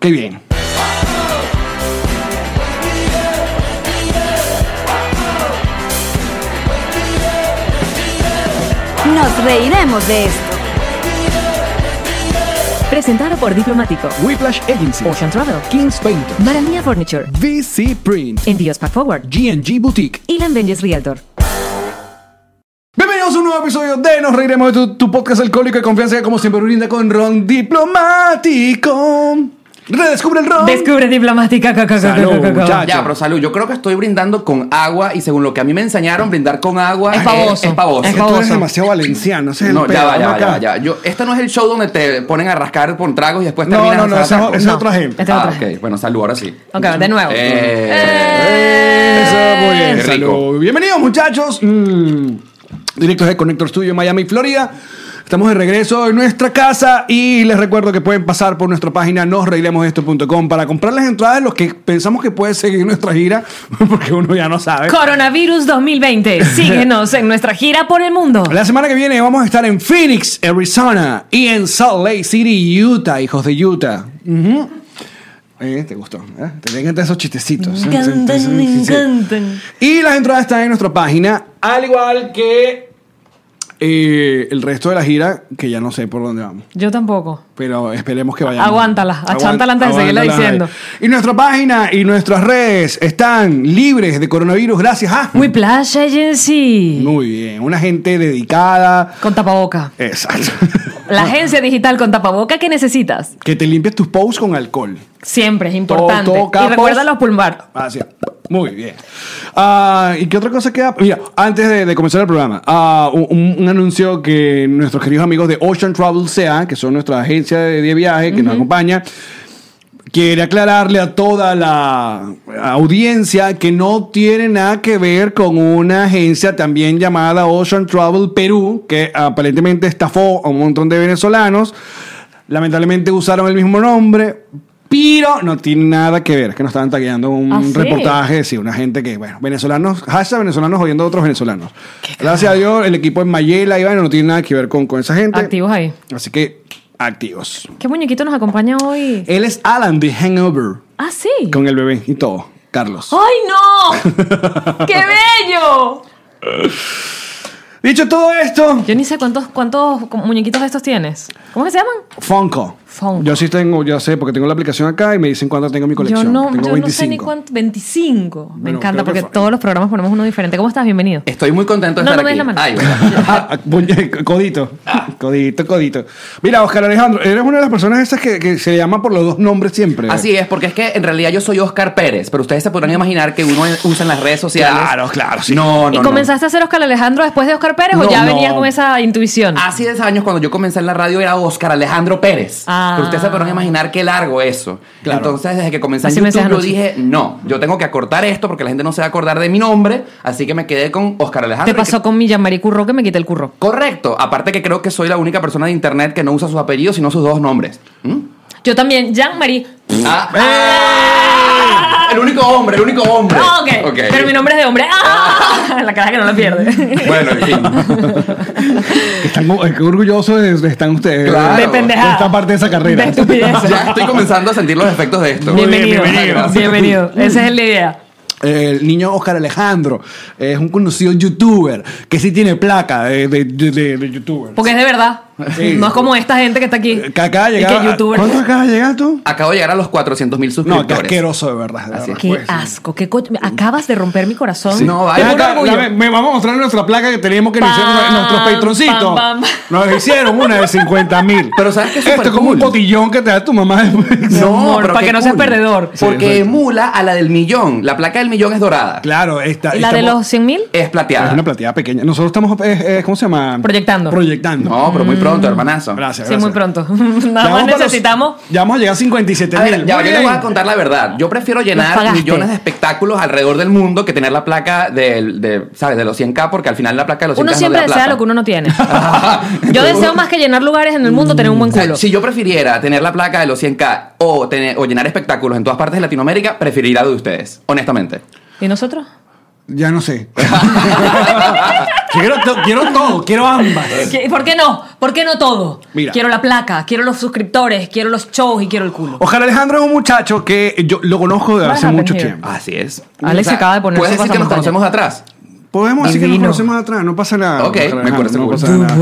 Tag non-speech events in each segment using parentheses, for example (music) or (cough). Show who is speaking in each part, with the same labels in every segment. Speaker 1: ¡Qué bien!
Speaker 2: Nos reiremos de esto. Presentado por Diplomático,
Speaker 1: Whiplash Agency,
Speaker 2: Ocean Travel,
Speaker 1: Kings Painter,
Speaker 2: Maranía Furniture,
Speaker 1: VC Print,
Speaker 2: Envíos Pack Forward,
Speaker 1: G&G Boutique.
Speaker 2: y Benjes Realtor.
Speaker 1: Bienvenidos a un nuevo episodio de Nos Reiremos de tu, tu podcast alcohólico de confianza que como siempre brinda con Ron Diplomático. ¡Redescubre el Ron!
Speaker 2: Descubre Diplomática. co, co, co, co,
Speaker 1: Salud,
Speaker 2: co, co, co.
Speaker 1: muchachos.
Speaker 3: Ya, pero salud, yo creo que estoy brindando con agua y según lo que a mí me enseñaron, brindar con agua
Speaker 2: Es pavoso.
Speaker 3: Es pavoso.
Speaker 1: es que tú eres demasiado valenciano. ese es el
Speaker 3: No, ya
Speaker 1: pedo,
Speaker 3: va, ya
Speaker 1: ven
Speaker 3: va, ya
Speaker 1: acá.
Speaker 3: va, ya va. Yo, este no es el show donde te ponen a rascar por tragos y después
Speaker 1: No,
Speaker 3: terminas
Speaker 1: no,
Speaker 3: de
Speaker 1: no,
Speaker 3: hacer
Speaker 1: ese es,
Speaker 3: atraco.
Speaker 1: ese es
Speaker 2: No.
Speaker 1: otra gente.
Speaker 2: Este es
Speaker 3: Ah,
Speaker 2: otro.
Speaker 3: ok. Bueno, salud, ahora sí.
Speaker 2: Ok, de nuevo.
Speaker 3: Eh.
Speaker 1: Eso, muy bien,
Speaker 3: Qué rico.
Speaker 1: salud. Bienvenidos, muchachos. Mm, Directos de Connector Studio, Miami, Florida. Estamos de regreso en nuestra casa y les recuerdo que pueden pasar por nuestra página nosreilemosesto.com para comprar las entradas de los que pensamos que puede seguir nuestra gira, (laughs) porque uno ya no sabe. (laughs)
Speaker 2: Coronavirus 2020. Síguenos en nuestra gira por el mundo.
Speaker 1: La semana que viene vamos a estar en Phoenix, Arizona y en Salt Lake City, Utah, hijos de Utah. Ujú. Eh, te gustó. ¿eh? Te encantan esos chistecitos.
Speaker 2: Me encantan, me
Speaker 1: Sí, sí.
Speaker 2: encantan.
Speaker 1: Y las entradas están en nuestra página, al igual que eh, el resto de la gira, que ya no sé por dónde vamos.
Speaker 2: Yo tampoco.
Speaker 1: Pero esperemos que vayamos.
Speaker 2: Aguántala, aguántala antes de seguirla
Speaker 1: aguántala.
Speaker 2: diciendo.
Speaker 1: Y nuestra página y nuestras redes están libres de coronavirus gracias a...
Speaker 2: Whiplash Agency.
Speaker 1: Muy bien, una gente dedicada.
Speaker 2: Con tapaboca.
Speaker 1: Exacto.
Speaker 2: La agencia digital con tapaboca que necesitas.
Speaker 1: (laughs) que te limpies tus posts con alcohol.
Speaker 2: Siempre es importante.
Speaker 1: todo pues.
Speaker 2: y
Speaker 1: capos.
Speaker 2: recuerda los pulmar.
Speaker 1: Así. Ah, Muy bien. Ah, ¿Y qué otra cosa queda? Mira, antes de, de comenzar el programa, ah, un, un anuncio que nuestros queridos amigos de Ocean Travel SEA, que son nuestra agencia de, de viaje que nos acompaña, quiere aclararle a toda la audiencia que no tiene nada que ver con una agencia también llamada Ocean Travel Perú, que aparentemente estafó a un montón de venezolanos. Lamentablemente usaron el mismo nombre, pero no tiene nada que ver. Es que nos estaban tagueando un
Speaker 2: ¿Ah, sí?
Speaker 1: reportaje, sí, una gente que, bueno, venezolanos, hashtag venezolanos oyendo a otros venezolanos. Gracias a Dios, el equipo en Mayela, Iván, no tiene nada que ver con, con esa gente.
Speaker 2: Activos ahí.
Speaker 1: Así que, activos.
Speaker 2: ¿Qué muñequito nos acompaña hoy?
Speaker 1: Él es Alan de Hangover.
Speaker 2: Ah, sí.
Speaker 1: Eh, Con el bebé y todo, Carlos.
Speaker 2: ¡Ay, no! ¡Qué bello!
Speaker 1: Dicho todo esto,
Speaker 2: Yo ni sé cuántos, cuántos muñequitos de estos tienes. ¿Cómo que se llaman?
Speaker 1: Funko.
Speaker 2: Funko.
Speaker 1: Yo sí tengo, yo sé, porque tengo la aplicación acá y me dicen cuánto tengo en mi colección.
Speaker 2: Yo no,
Speaker 1: tengo
Speaker 2: yo no sé ni
Speaker 1: 25.
Speaker 2: cuánto. 25. Me
Speaker 1: Bueno,
Speaker 2: encanta
Speaker 1: creo que
Speaker 2: porque
Speaker 1: fue-
Speaker 2: todos los programas ponemos uno diferente. ¿Cómo estás? Bienvenido.
Speaker 3: Estoy muy contento de
Speaker 2: No,
Speaker 3: estar
Speaker 2: no me
Speaker 3: aquí.
Speaker 2: des la mano.
Speaker 3: Ay, bueno.
Speaker 1: (laughs) Ah, ah, puñe- codito, codito, codito. Mira, Oscar Alejandro, eres una de las personas esas que, que se llama por los dos nombres siempre.
Speaker 3: Así es, porque es que en realidad yo soy Oscar Pérez, pero ustedes se podrán imaginar que uno usa en las redes sociales.
Speaker 1: Claro, claro, sí.
Speaker 3: No, no,
Speaker 2: ¿Y
Speaker 3: no.
Speaker 2: comenzaste a hacer Oscar Alejandro después de Oscar Pérez o
Speaker 1: No,
Speaker 2: ya
Speaker 1: no.
Speaker 2: venías con esa intuición?
Speaker 3: Hace 10 años, cuando yo comencé en la radio, era Oscar Alejandro Pérez.
Speaker 2: Ah.
Speaker 3: Pero ustedes se podrán imaginar qué largo eso.
Speaker 1: Claro.
Speaker 3: Entonces, desde que comencé
Speaker 2: Así
Speaker 3: en
Speaker 2: me
Speaker 3: YouTube,
Speaker 2: decías
Speaker 3: yo
Speaker 2: anoche.
Speaker 3: dije, no, yo tengo que acortar esto porque la gente no se va a acordar de mi nombre. Así que me quedé con Oscar Alejandro.
Speaker 2: Te pasó con mi Yamari Curro que me quité el curro.
Speaker 3: Correcto. Aparte que creo que soy la única persona de internet que no usa sus apellidos, sino sus dos nombres. ¿Mm?
Speaker 2: Yo también, Jean-Marie.
Speaker 3: Ah.
Speaker 2: Ah.
Speaker 3: El único hombre, el único hombre.
Speaker 2: Ah, ok.
Speaker 3: Ok.
Speaker 2: Pero mi nombre es de hombre. ¡Ah! (laughs) La cara que no la pierde.
Speaker 3: Bueno,
Speaker 2: (laughs)
Speaker 3: en fin.
Speaker 1: Están, como- eh, qué orgullosos de- de- están ustedes.
Speaker 3: Claro.
Speaker 1: de-
Speaker 2: de pendejada.
Speaker 1: de esta parte de esa carrera.
Speaker 2: De estupidez.
Speaker 3: (laughs) ya estoy comenzando a sentir los efectos de esto.
Speaker 1: Muy bien,
Speaker 2: bienvenido.
Speaker 1: bienvenido.
Speaker 2: bienvenido. Esa es la idea.
Speaker 1: El niño Oscar Alejandro eh, es un conocido youtuber que sí tiene placa de, de- de- de- de youtuber.
Speaker 2: Porque es de verdad.
Speaker 1: Sí. Eh,
Speaker 2: No es como esta gente que está aquí.
Speaker 1: Que acaba de
Speaker 2: Y
Speaker 1: llegar.
Speaker 2: que
Speaker 1: a-
Speaker 2: youtuber-
Speaker 1: ¿Cuánto acaba de llegar tú?
Speaker 3: Acabo de llegar a los 400 mil
Speaker 1: No, qué
Speaker 3: suscriptores.
Speaker 1: asqueroso, de verdad. de
Speaker 3: Así
Speaker 1: verdad,
Speaker 3: es.
Speaker 2: Qué
Speaker 1: pues.
Speaker 2: asco. Qué co- Acabas de romper mi corazón.
Speaker 3: Sí. No,
Speaker 1: Ven
Speaker 3: vale.
Speaker 1: acá,
Speaker 2: orgullo.
Speaker 1: dame- me vamos a mostrar nuestra placa que teníamos que nos hicieron
Speaker 2: Pam,
Speaker 1: nuestros patroncitos.
Speaker 2: pam, pam.
Speaker 1: Nos hicieron una de 50 mil.
Speaker 3: Pero ¿sabes qué es
Speaker 1: Esto es
Speaker 3: súper
Speaker 1: como un
Speaker 3: cool?
Speaker 1: cotillón que te da tu mamá (laughs) después.
Speaker 2: Mi amor,
Speaker 3: pero
Speaker 2: para
Speaker 3: qué
Speaker 2: que no seas perdedor.
Speaker 1: Sí,
Speaker 3: Porque
Speaker 1: exacto.
Speaker 3: emula a la del millón. La placa del millón es dorada.
Speaker 1: Claro, esta.
Speaker 2: ¿Y la de
Speaker 1: estamos-
Speaker 2: los 100 mil?
Speaker 3: Es
Speaker 1: Es
Speaker 3: plateada.
Speaker 1: una plateada pequeña. Nosotros estamos, eh, eh, ¿cómo se llama?
Speaker 2: Proyectando.
Speaker 1: Proyectando.
Speaker 3: No, pero muy pronto,
Speaker 2: Mm.
Speaker 3: hermanazo.
Speaker 1: Gracias,
Speaker 2: Sí,
Speaker 1: gracias.
Speaker 2: muy pronto. (laughs) Nada
Speaker 1: Ya vamos
Speaker 2: más
Speaker 1: para los-
Speaker 2: necesitamos.
Speaker 1: Ya vamos a llegar a 57
Speaker 3: A ver,
Speaker 1: mil.
Speaker 3: ya, va, yo les voy a contar la verdad. Yo prefiero
Speaker 2: Los
Speaker 3: llenar
Speaker 2: pagaste.
Speaker 3: millones de espectáculos alrededor del mundo que tener la placa del, de, ¿sabes? De los 100K, porque al final la placa de los 100K
Speaker 2: Uno
Speaker 3: no
Speaker 2: siempre
Speaker 3: te da
Speaker 2: desea
Speaker 3: plata.
Speaker 2: lo que uno
Speaker 1: (laughs)
Speaker 2: no tiene. Yo deseo más que llenar lugares en el mundo tener un buen
Speaker 3: O sea,
Speaker 2: culo.
Speaker 3: si yo prefiriera tener la placa de los 100K o, tener- o llenar espectáculos en todas partes de Latinoamérica, preferiría la de ustedes, honestamente.
Speaker 2: ¿Y nosotros?
Speaker 1: Ya no (laughs) sé. quiero, to- quiero todo, quiero ambas.
Speaker 2: ¿Qué- ¿Por qué no? ¿Por qué no todo?
Speaker 1: Mira.
Speaker 2: Quiero la placa, quiero los suscriptores, quiero los shows y quiero el culo.
Speaker 1: Ojalá Alejandro es un muchacho que yo lo conozco de
Speaker 2: Vas
Speaker 1: hace
Speaker 2: a
Speaker 1: mucho
Speaker 2: aprender. Ah.
Speaker 1: tiempo.
Speaker 3: Así es.
Speaker 2: Alex acaba de poner
Speaker 3: ¿Puedes
Speaker 2: su
Speaker 3: decir que nos
Speaker 2: pasamontaña.
Speaker 3: conocemos de atrás?
Speaker 1: Podemos decir que nos
Speaker 2: Divino.
Speaker 1: conocemos atrás, no pasa nada.
Speaker 3: Ok,
Speaker 1: Alejandro,
Speaker 3: me parece
Speaker 1: no
Speaker 3: cool.
Speaker 1: pasa nada.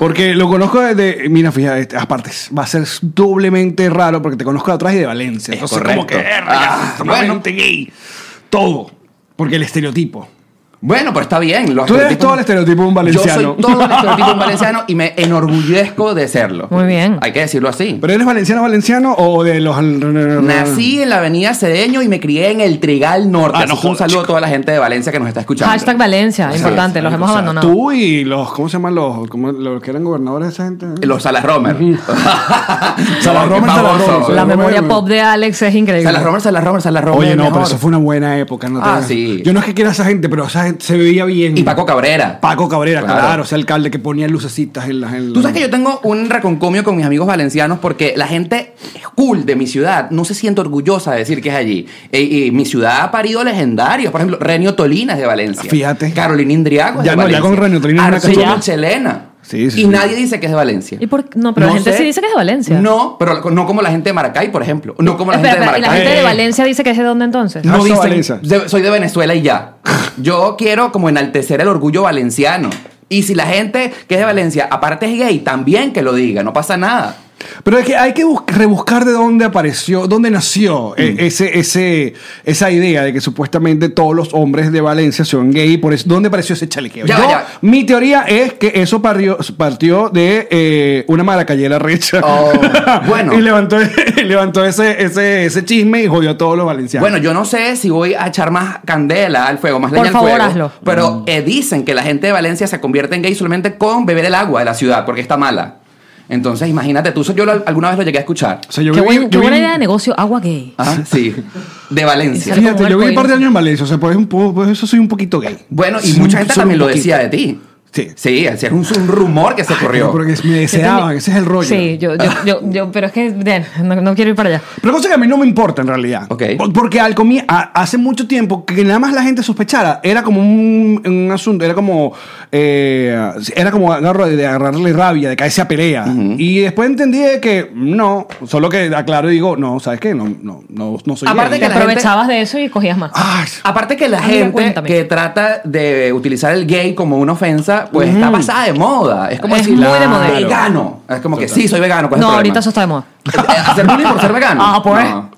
Speaker 1: Porque lo conozco desde. Mira, fíjate, este, aparte, va a ser doblemente raro porque te conozco de atrás y de Valencia.
Speaker 3: Es
Speaker 1: Entonces,
Speaker 3: correcto.
Speaker 1: como que. eh,
Speaker 3: Ah,
Speaker 1: ya, no,
Speaker 3: bueno.
Speaker 1: no te gay. Todo. Porque el estereotipo.
Speaker 3: Bueno, pero está bien. los
Speaker 1: Tú eres
Speaker 3: estereotipos-
Speaker 1: todo el estereotipo de un valenciano.
Speaker 3: Yo soy todo el estereotipo
Speaker 1: (laughs)
Speaker 3: de un valenciano y me enorgullezco de serlo.
Speaker 2: Muy bien.
Speaker 3: Hay que decirlo así.
Speaker 1: ¿Pero eres valenciano valenciano o de los.
Speaker 3: Nací en la avenida Cedeño y me crié en el Trigal Norte.
Speaker 1: Ah,
Speaker 3: Así
Speaker 1: no
Speaker 3: que un
Speaker 1: jodas,
Speaker 3: saludo
Speaker 1: chico.
Speaker 3: a toda la gente de Valencia que nos está escuchando.
Speaker 2: Hashtag Valencia, importante, los hemos
Speaker 1: O sea,
Speaker 2: abandonado.
Speaker 1: Tú y los. ¿Cómo se llaman los, cómo- los que eran gobernadores de esa gente?
Speaker 3: Los Salas Romer. (laughs)
Speaker 1: Salas Romer,
Speaker 3: Qué
Speaker 1: Salas
Speaker 3: famoso.
Speaker 1: Romer,
Speaker 2: La
Speaker 1: Salas
Speaker 2: memoria
Speaker 1: Romer.
Speaker 2: pop de Alex es increíble.
Speaker 3: Salas Romer, Salas Romer, Salas Romer.
Speaker 1: Oye, no,
Speaker 3: mejor.
Speaker 1: pero eso fue una buena época. No te
Speaker 3: Ah,
Speaker 1: hagas-
Speaker 3: sí.
Speaker 1: Yo no es que quiera a esa gente, pero esa gente se veía bien.
Speaker 3: Y Paco Cabrera.
Speaker 1: Paco Cabrera, claro,
Speaker 3: Claro.
Speaker 1: o sea, alcalde que ponía lucecitas en las. en
Speaker 3: Tú
Speaker 1: las-
Speaker 3: sabes que yo tengo un reconcomio con mis amigos valencianos porque la gente cool de mi ciudad no se siente orgullosa de decir que es allí. E- y mi ciudad ha parido legendarios. Por ejemplo, Renio Tolina es de Valencia.
Speaker 1: Fíjate.
Speaker 3: Carolina Indriago es
Speaker 1: Ya
Speaker 3: de
Speaker 1: no, ya
Speaker 3: Valencia.
Speaker 1: con Renio Tolina es una
Speaker 3: Arturo
Speaker 1: cachorra.
Speaker 3: Michelena.
Speaker 1: Sí, sí,
Speaker 3: y
Speaker 1: sí.
Speaker 3: nadie dice que es de Valencia.
Speaker 2: ¿Y por qué? No, pero la gente sí dice que es de Valencia.
Speaker 3: No, pero no como la gente de Maracay, por ejemplo. No como la
Speaker 2: Espera,
Speaker 3: gente
Speaker 2: espera, ¿y la
Speaker 3: de Maracay.
Speaker 2: gente de
Speaker 1: Eh.
Speaker 2: Valencia dice que es de dónde entonces?
Speaker 1: No,
Speaker 3: No
Speaker 1: soy
Speaker 3: dicen,
Speaker 1: Valencia.
Speaker 3: "De- soy de Venezuela y ya. Yo quiero como enaltecer el orgullo valenciano. Y si la gente que es de Valencia, aparte es gay, también que lo diga, no pasa nada.
Speaker 1: Pero es que hay que bus- rebuscar de dónde apareció, dónde nació eh,
Speaker 3: Mm.
Speaker 1: ese, ese, esa idea de que supuestamente todos los hombres de Valencia son gay. Por eso, ¿Dónde apareció ese chalequeo?
Speaker 3: Ya,
Speaker 1: Yo-
Speaker 3: ya.
Speaker 1: Mi teoría es que eso parió- partió de eh, una maracayera recha. (laughs)
Speaker 3: Oh, bueno.
Speaker 1: y levantó, (laughs) levantó ese, ese, ese chisme y jodió a todos los valencianos.
Speaker 3: Bueno, yo no sé si voy a echar más candela al fuego, más
Speaker 2: Por
Speaker 3: leña al
Speaker 2: favor,
Speaker 3: fuego.
Speaker 2: hazlo.
Speaker 1: Mm.
Speaker 3: Pero eh, dicen que la gente de Valencia se convierte en gay solamente con beber el agua de la ciudad, porque está mala. Entonces, imagínate tú, eso yo lo- alguna vez lo llegué a escuchar.
Speaker 1: O sea, yo
Speaker 2: qué
Speaker 1: viví-
Speaker 2: buen-
Speaker 1: yo
Speaker 2: qué buena
Speaker 1: viví-
Speaker 2: idea de negocio, agua gay.
Speaker 3: Ah, sí, de Valencia.
Speaker 2: Sale como
Speaker 1: Fíjate,
Speaker 2: un
Speaker 1: yo viví un par de
Speaker 2: arcoíris.
Speaker 1: años en Valencia, o sea, por eso, un po- por eso soy un poquito gay.
Speaker 3: Bueno, y
Speaker 1: Soy
Speaker 3: mucha
Speaker 1: un-
Speaker 3: gente
Speaker 1: soy un
Speaker 3: también lo
Speaker 1: poquito.
Speaker 3: decía de ti.
Speaker 1: Sí.
Speaker 3: Sí, así es un, un rumor que se corrió.
Speaker 1: Porque me
Speaker 2: Yo
Speaker 1: deseaban,
Speaker 2: también-
Speaker 1: ese es el rollo.
Speaker 2: Sí, yo, yo, yo, yo- pero es que, bien, no, no quiero ir para allá.
Speaker 1: Pero cosa que a mí no me importa en realidad.
Speaker 3: Ok.
Speaker 1: Por- Porque al comi- a- hace mucho tiempo que nada más la gente sospechara, era como un, un asunto, era como eh, era como agarro de, de agarrarle rabia, de caerse a pelea. Y después entendí de que no, solo que aclaro y digo, no, ¿sabes qué? No, no, no, no soy
Speaker 3: Aparte
Speaker 1: gay.
Speaker 2: Te
Speaker 3: que la gente-
Speaker 2: aprovechabas de eso y cogías más.
Speaker 1: Ay,
Speaker 3: Aparte que la
Speaker 2: Amiga,
Speaker 3: gente
Speaker 2: cuéntame.
Speaker 3: que trata de utilizar el gay como una ofensa, pues está pasada de moda. Es como
Speaker 2: Es
Speaker 3: decir,
Speaker 2: muy de moda.
Speaker 3: vegano. Es como que sí, soy vegano. ¿cuál es
Speaker 2: no,
Speaker 3: el
Speaker 2: ahorita
Speaker 3: problema?
Speaker 2: eso está de moda.
Speaker 3: (laughs) Eh, Hacer bullying por ser vegano.
Speaker 2: Ah, pues.
Speaker 3: No.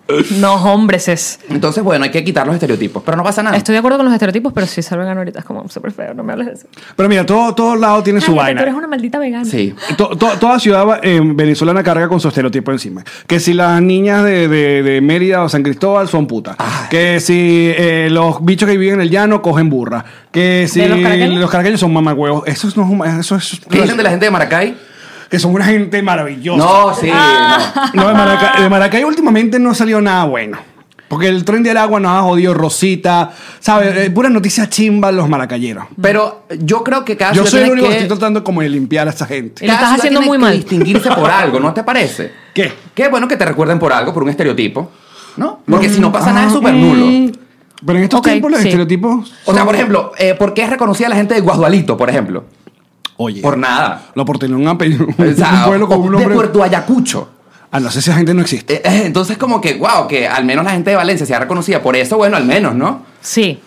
Speaker 2: No, hombres es.
Speaker 3: Entonces, bueno, hay que quitar los estereotipos, pero no pasa nada.
Speaker 2: Estoy de acuerdo con los estereotipos, pero si ser vegano ahorita es como súper feo, no me hables de eso.
Speaker 1: Pero mira, todo, todo lado tiene su
Speaker 2: Cállate,
Speaker 1: vaina.
Speaker 2: Tú eres una maldita vegana.
Speaker 3: Sí.
Speaker 1: To- to- toda ciudad va- eh, venezolana carga con su estereotipo encima. Que si las niñas de, de- de Mérida o San Cristóbal son putas. Que si eh, los bichos que viven en el llano cogen burra. Que si
Speaker 2: ¿De los caraqueños?
Speaker 1: los caraqueños son mamagüeos. Eso es, no, es huma- eso es-
Speaker 3: ¿Qué dicen de la gente de Maracay?
Speaker 1: que son una gente maravillosa.
Speaker 3: No, sí,
Speaker 2: Ah.
Speaker 1: No, de, Maracay, de Maracay últimamente no salió nada bueno. Porque el tren del agua nos ha jodido Rosita. ¿Sabes? Eh, puras noticias chimba los maracayeros.
Speaker 3: no. Pero Ah, yo creo que cada
Speaker 1: Yo
Speaker 3: ciudad
Speaker 1: soy el
Speaker 3: tiene
Speaker 1: único que
Speaker 3: que-
Speaker 1: estoy tratando como de limpiar a esta gente.
Speaker 2: Y lo
Speaker 3: cada
Speaker 2: estás
Speaker 3: ciudad
Speaker 2: haciendo
Speaker 3: tiene
Speaker 2: muy
Speaker 3: que
Speaker 2: mal.
Speaker 3: distinguirse por algo, ¿no te parece?
Speaker 1: ¿Qué?
Speaker 3: Qué bueno que te recuerden por algo, por un estereotipo, ¿no? Porque si no pasa nada es súper
Speaker 1: Ah,
Speaker 3: nulo.
Speaker 1: mm. Pero en estos
Speaker 2: Ok,
Speaker 1: tiempos los
Speaker 2: sí.
Speaker 1: estereotipos.
Speaker 3: O sea, por ejemplo, eh, ¿por qué es reconocida la gente de Guadualito, por ejemplo?
Speaker 1: Oye.
Speaker 3: Por nada.
Speaker 1: Lo por tener (laughs) un apellido.
Speaker 3: O sea,
Speaker 1: un pueblo con
Speaker 3: o
Speaker 1: un
Speaker 3: de
Speaker 1: nombre.
Speaker 3: Puerto Ayacucho.
Speaker 1: Ah, no sé si esa gente no existe.
Speaker 3: Eh, eh, Entonces, como que, wow, que al menos la gente de Valencia sea reconocida por eso, bueno, al menos, ¿no?
Speaker 2: Sí.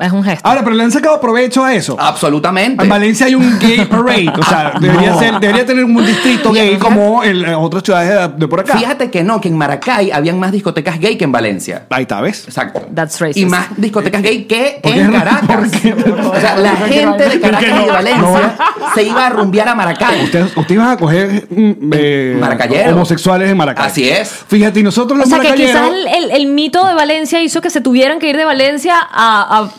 Speaker 2: Es un gesto.
Speaker 1: Ahora, pero le han sacado provecho a eso.
Speaker 3: Ah, Absolutamente.
Speaker 1: En Valencia hay un gay parade. O sea, debería, ser, debería tener un distrito gay como en eh, otras ciudades de, de por acá.
Speaker 3: Fíjate que no, que en Maracay habían más discotecas gay que en Valencia.
Speaker 1: Ahí está, ¿ves?
Speaker 3: Exacto.
Speaker 2: That's racist.
Speaker 3: Y más discotecas gay que
Speaker 1: ¿Por qué?
Speaker 3: en Caracas.
Speaker 1: ¿Por qué?
Speaker 3: (laughs) O sea, la gente de Caracas y de Valencia se iba a rumbear a Maracay.
Speaker 1: Ustedes usted iban a coger mm, eh,
Speaker 3: Maracayeros.
Speaker 1: homosexuales en Maracay.
Speaker 3: Así es.
Speaker 1: Fíjate, y nosotros
Speaker 2: o
Speaker 1: los
Speaker 2: sea que quizás
Speaker 1: maracayeros.
Speaker 2: el, el- el mito de Valencia hizo que se tuvieran que ir de Valencia a, a-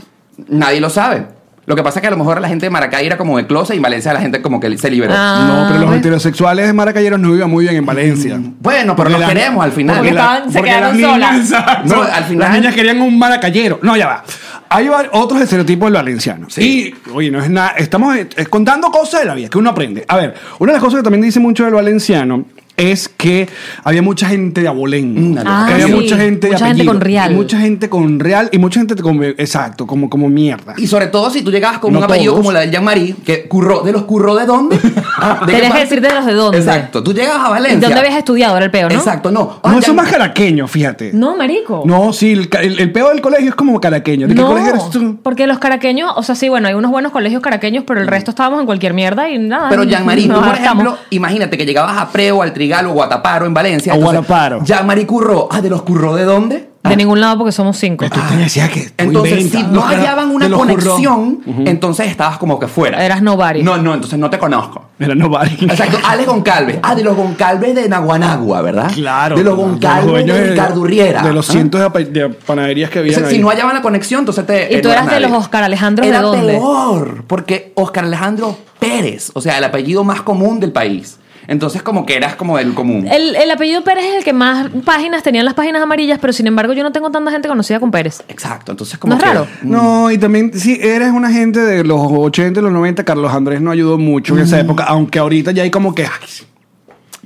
Speaker 3: Nadie lo sabe. Lo que pasa es que a lo mejor la gente de Maracay era como de closet y en Valencia la gente como que se liberó.
Speaker 2: Ah.
Speaker 1: No, pero los heterosexuales maracayeros no vivían muy bien en Valencia.
Speaker 3: Mm, Bueno, pero
Speaker 1: Porque
Speaker 3: nos
Speaker 1: la-
Speaker 3: queremos al final.
Speaker 2: Porque
Speaker 1: la-
Speaker 2: estaban- se
Speaker 1: porque
Speaker 2: quedaron
Speaker 1: las niñas-
Speaker 2: solas.
Speaker 1: No,
Speaker 3: No, al final-
Speaker 1: Las niñas querían un maracayero. No, ya va. Hay va- otros estereotipos del valenciano.
Speaker 3: Sí.
Speaker 1: Y, oye, no es nada. Estamos eh, eh, contando cosas de la vida que uno aprende. A ver, una de las cosas que también dice mucho del valenciano es que había mucha gente de abolén.
Speaker 3: Mm,
Speaker 1: Que
Speaker 3: Ah,
Speaker 1: había
Speaker 3: sí.
Speaker 1: mucha gente de
Speaker 2: Mucha gente
Speaker 1: apellido,
Speaker 2: con real.
Speaker 1: y Mucha gente con real y mucha gente con. Exacto, como, como mierda.
Speaker 3: Y sobre todo si tú llegabas con
Speaker 1: No
Speaker 3: un apellido
Speaker 1: todos.
Speaker 3: como la de Jean-Marie, que curró, ¿de los curró de dónde? Ah, ¿De qué
Speaker 2: Tenías que
Speaker 3: parte?
Speaker 2: decir de los de dónde.
Speaker 3: Exacto, tú llegabas a
Speaker 2: ¿De
Speaker 3: Valencia.
Speaker 2: dónde habías estudiado? Era el peor, ¿no?
Speaker 3: Exacto, no. Ah,
Speaker 1: No, Oh, eso
Speaker 3: Jean-
Speaker 1: es más caraqueño, fíjate.
Speaker 2: No, marico.
Speaker 1: No, sí, el, ca- el, el peo del colegio es como caraqueño. ¿De qué
Speaker 2: No,
Speaker 1: colegio eres tú?
Speaker 2: porque los caraqueños, o sea, sí, bueno, hay unos buenos colegios caraqueños, pero el resto estábamos en cualquier mierda y nada.
Speaker 3: Mm. Pero Jean-Marie,
Speaker 2: nos
Speaker 3: tú, por
Speaker 2: adaptamos.
Speaker 3: ejemplo, imagínate que llegabas a Preo, al Trigal o Guataparo en Valencia.
Speaker 1: A
Speaker 3: entonces,
Speaker 1: Guataparo.
Speaker 3: Jean-Marie curró. Ah, ¿de los curró de dónde?
Speaker 2: De ningún lado porque somos cinco.
Speaker 1: Tú te decías que. tú
Speaker 3: Entonces,
Speaker 1: inventas,
Speaker 3: si no
Speaker 1: Cara-
Speaker 3: hallaban
Speaker 1: de
Speaker 3: una
Speaker 1: los jurrón.
Speaker 3: conexión, entonces estabas como que fuera.
Speaker 2: Eras nobody.
Speaker 3: No, no, entonces no te conozco.
Speaker 1: Mira, no vale.
Speaker 3: Exacto, Alex Goncalves. Ah, de los Goncalves de Naguanagua, ¿verdad?
Speaker 1: Claro.
Speaker 3: De los
Speaker 1: los
Speaker 3: Goncalves
Speaker 1: dueños
Speaker 3: de Ricardo Urriera.
Speaker 1: De los
Speaker 3: ¿Ah?
Speaker 1: cientos de pa- de panaderías que
Speaker 3: O
Speaker 1: había.
Speaker 3: sea, si no hallaban la conexión, entonces te.
Speaker 2: Y tú
Speaker 3: no
Speaker 2: eras de
Speaker 3: nadie.
Speaker 2: los Oscar Alejandros
Speaker 3: Era
Speaker 2: de dónde?
Speaker 3: peor, porque Oscar Alejandro Pérez, o sea, el apellido más común del país. Entonces, como que eras como el común.
Speaker 2: El, el apellido Pérez es el que más páginas tenían las páginas amarillas, pero sin embargo yo no tengo tanta gente conocida con Pérez.
Speaker 3: Exacto, entonces como
Speaker 2: ¿No es
Speaker 3: que-
Speaker 2: raro?
Speaker 1: No, y también, si eres una gente de los 80 y los 90, Carlos Andrés no ayudó mucho en esa época, aunque ahorita ya hay como que. ay, (laughs)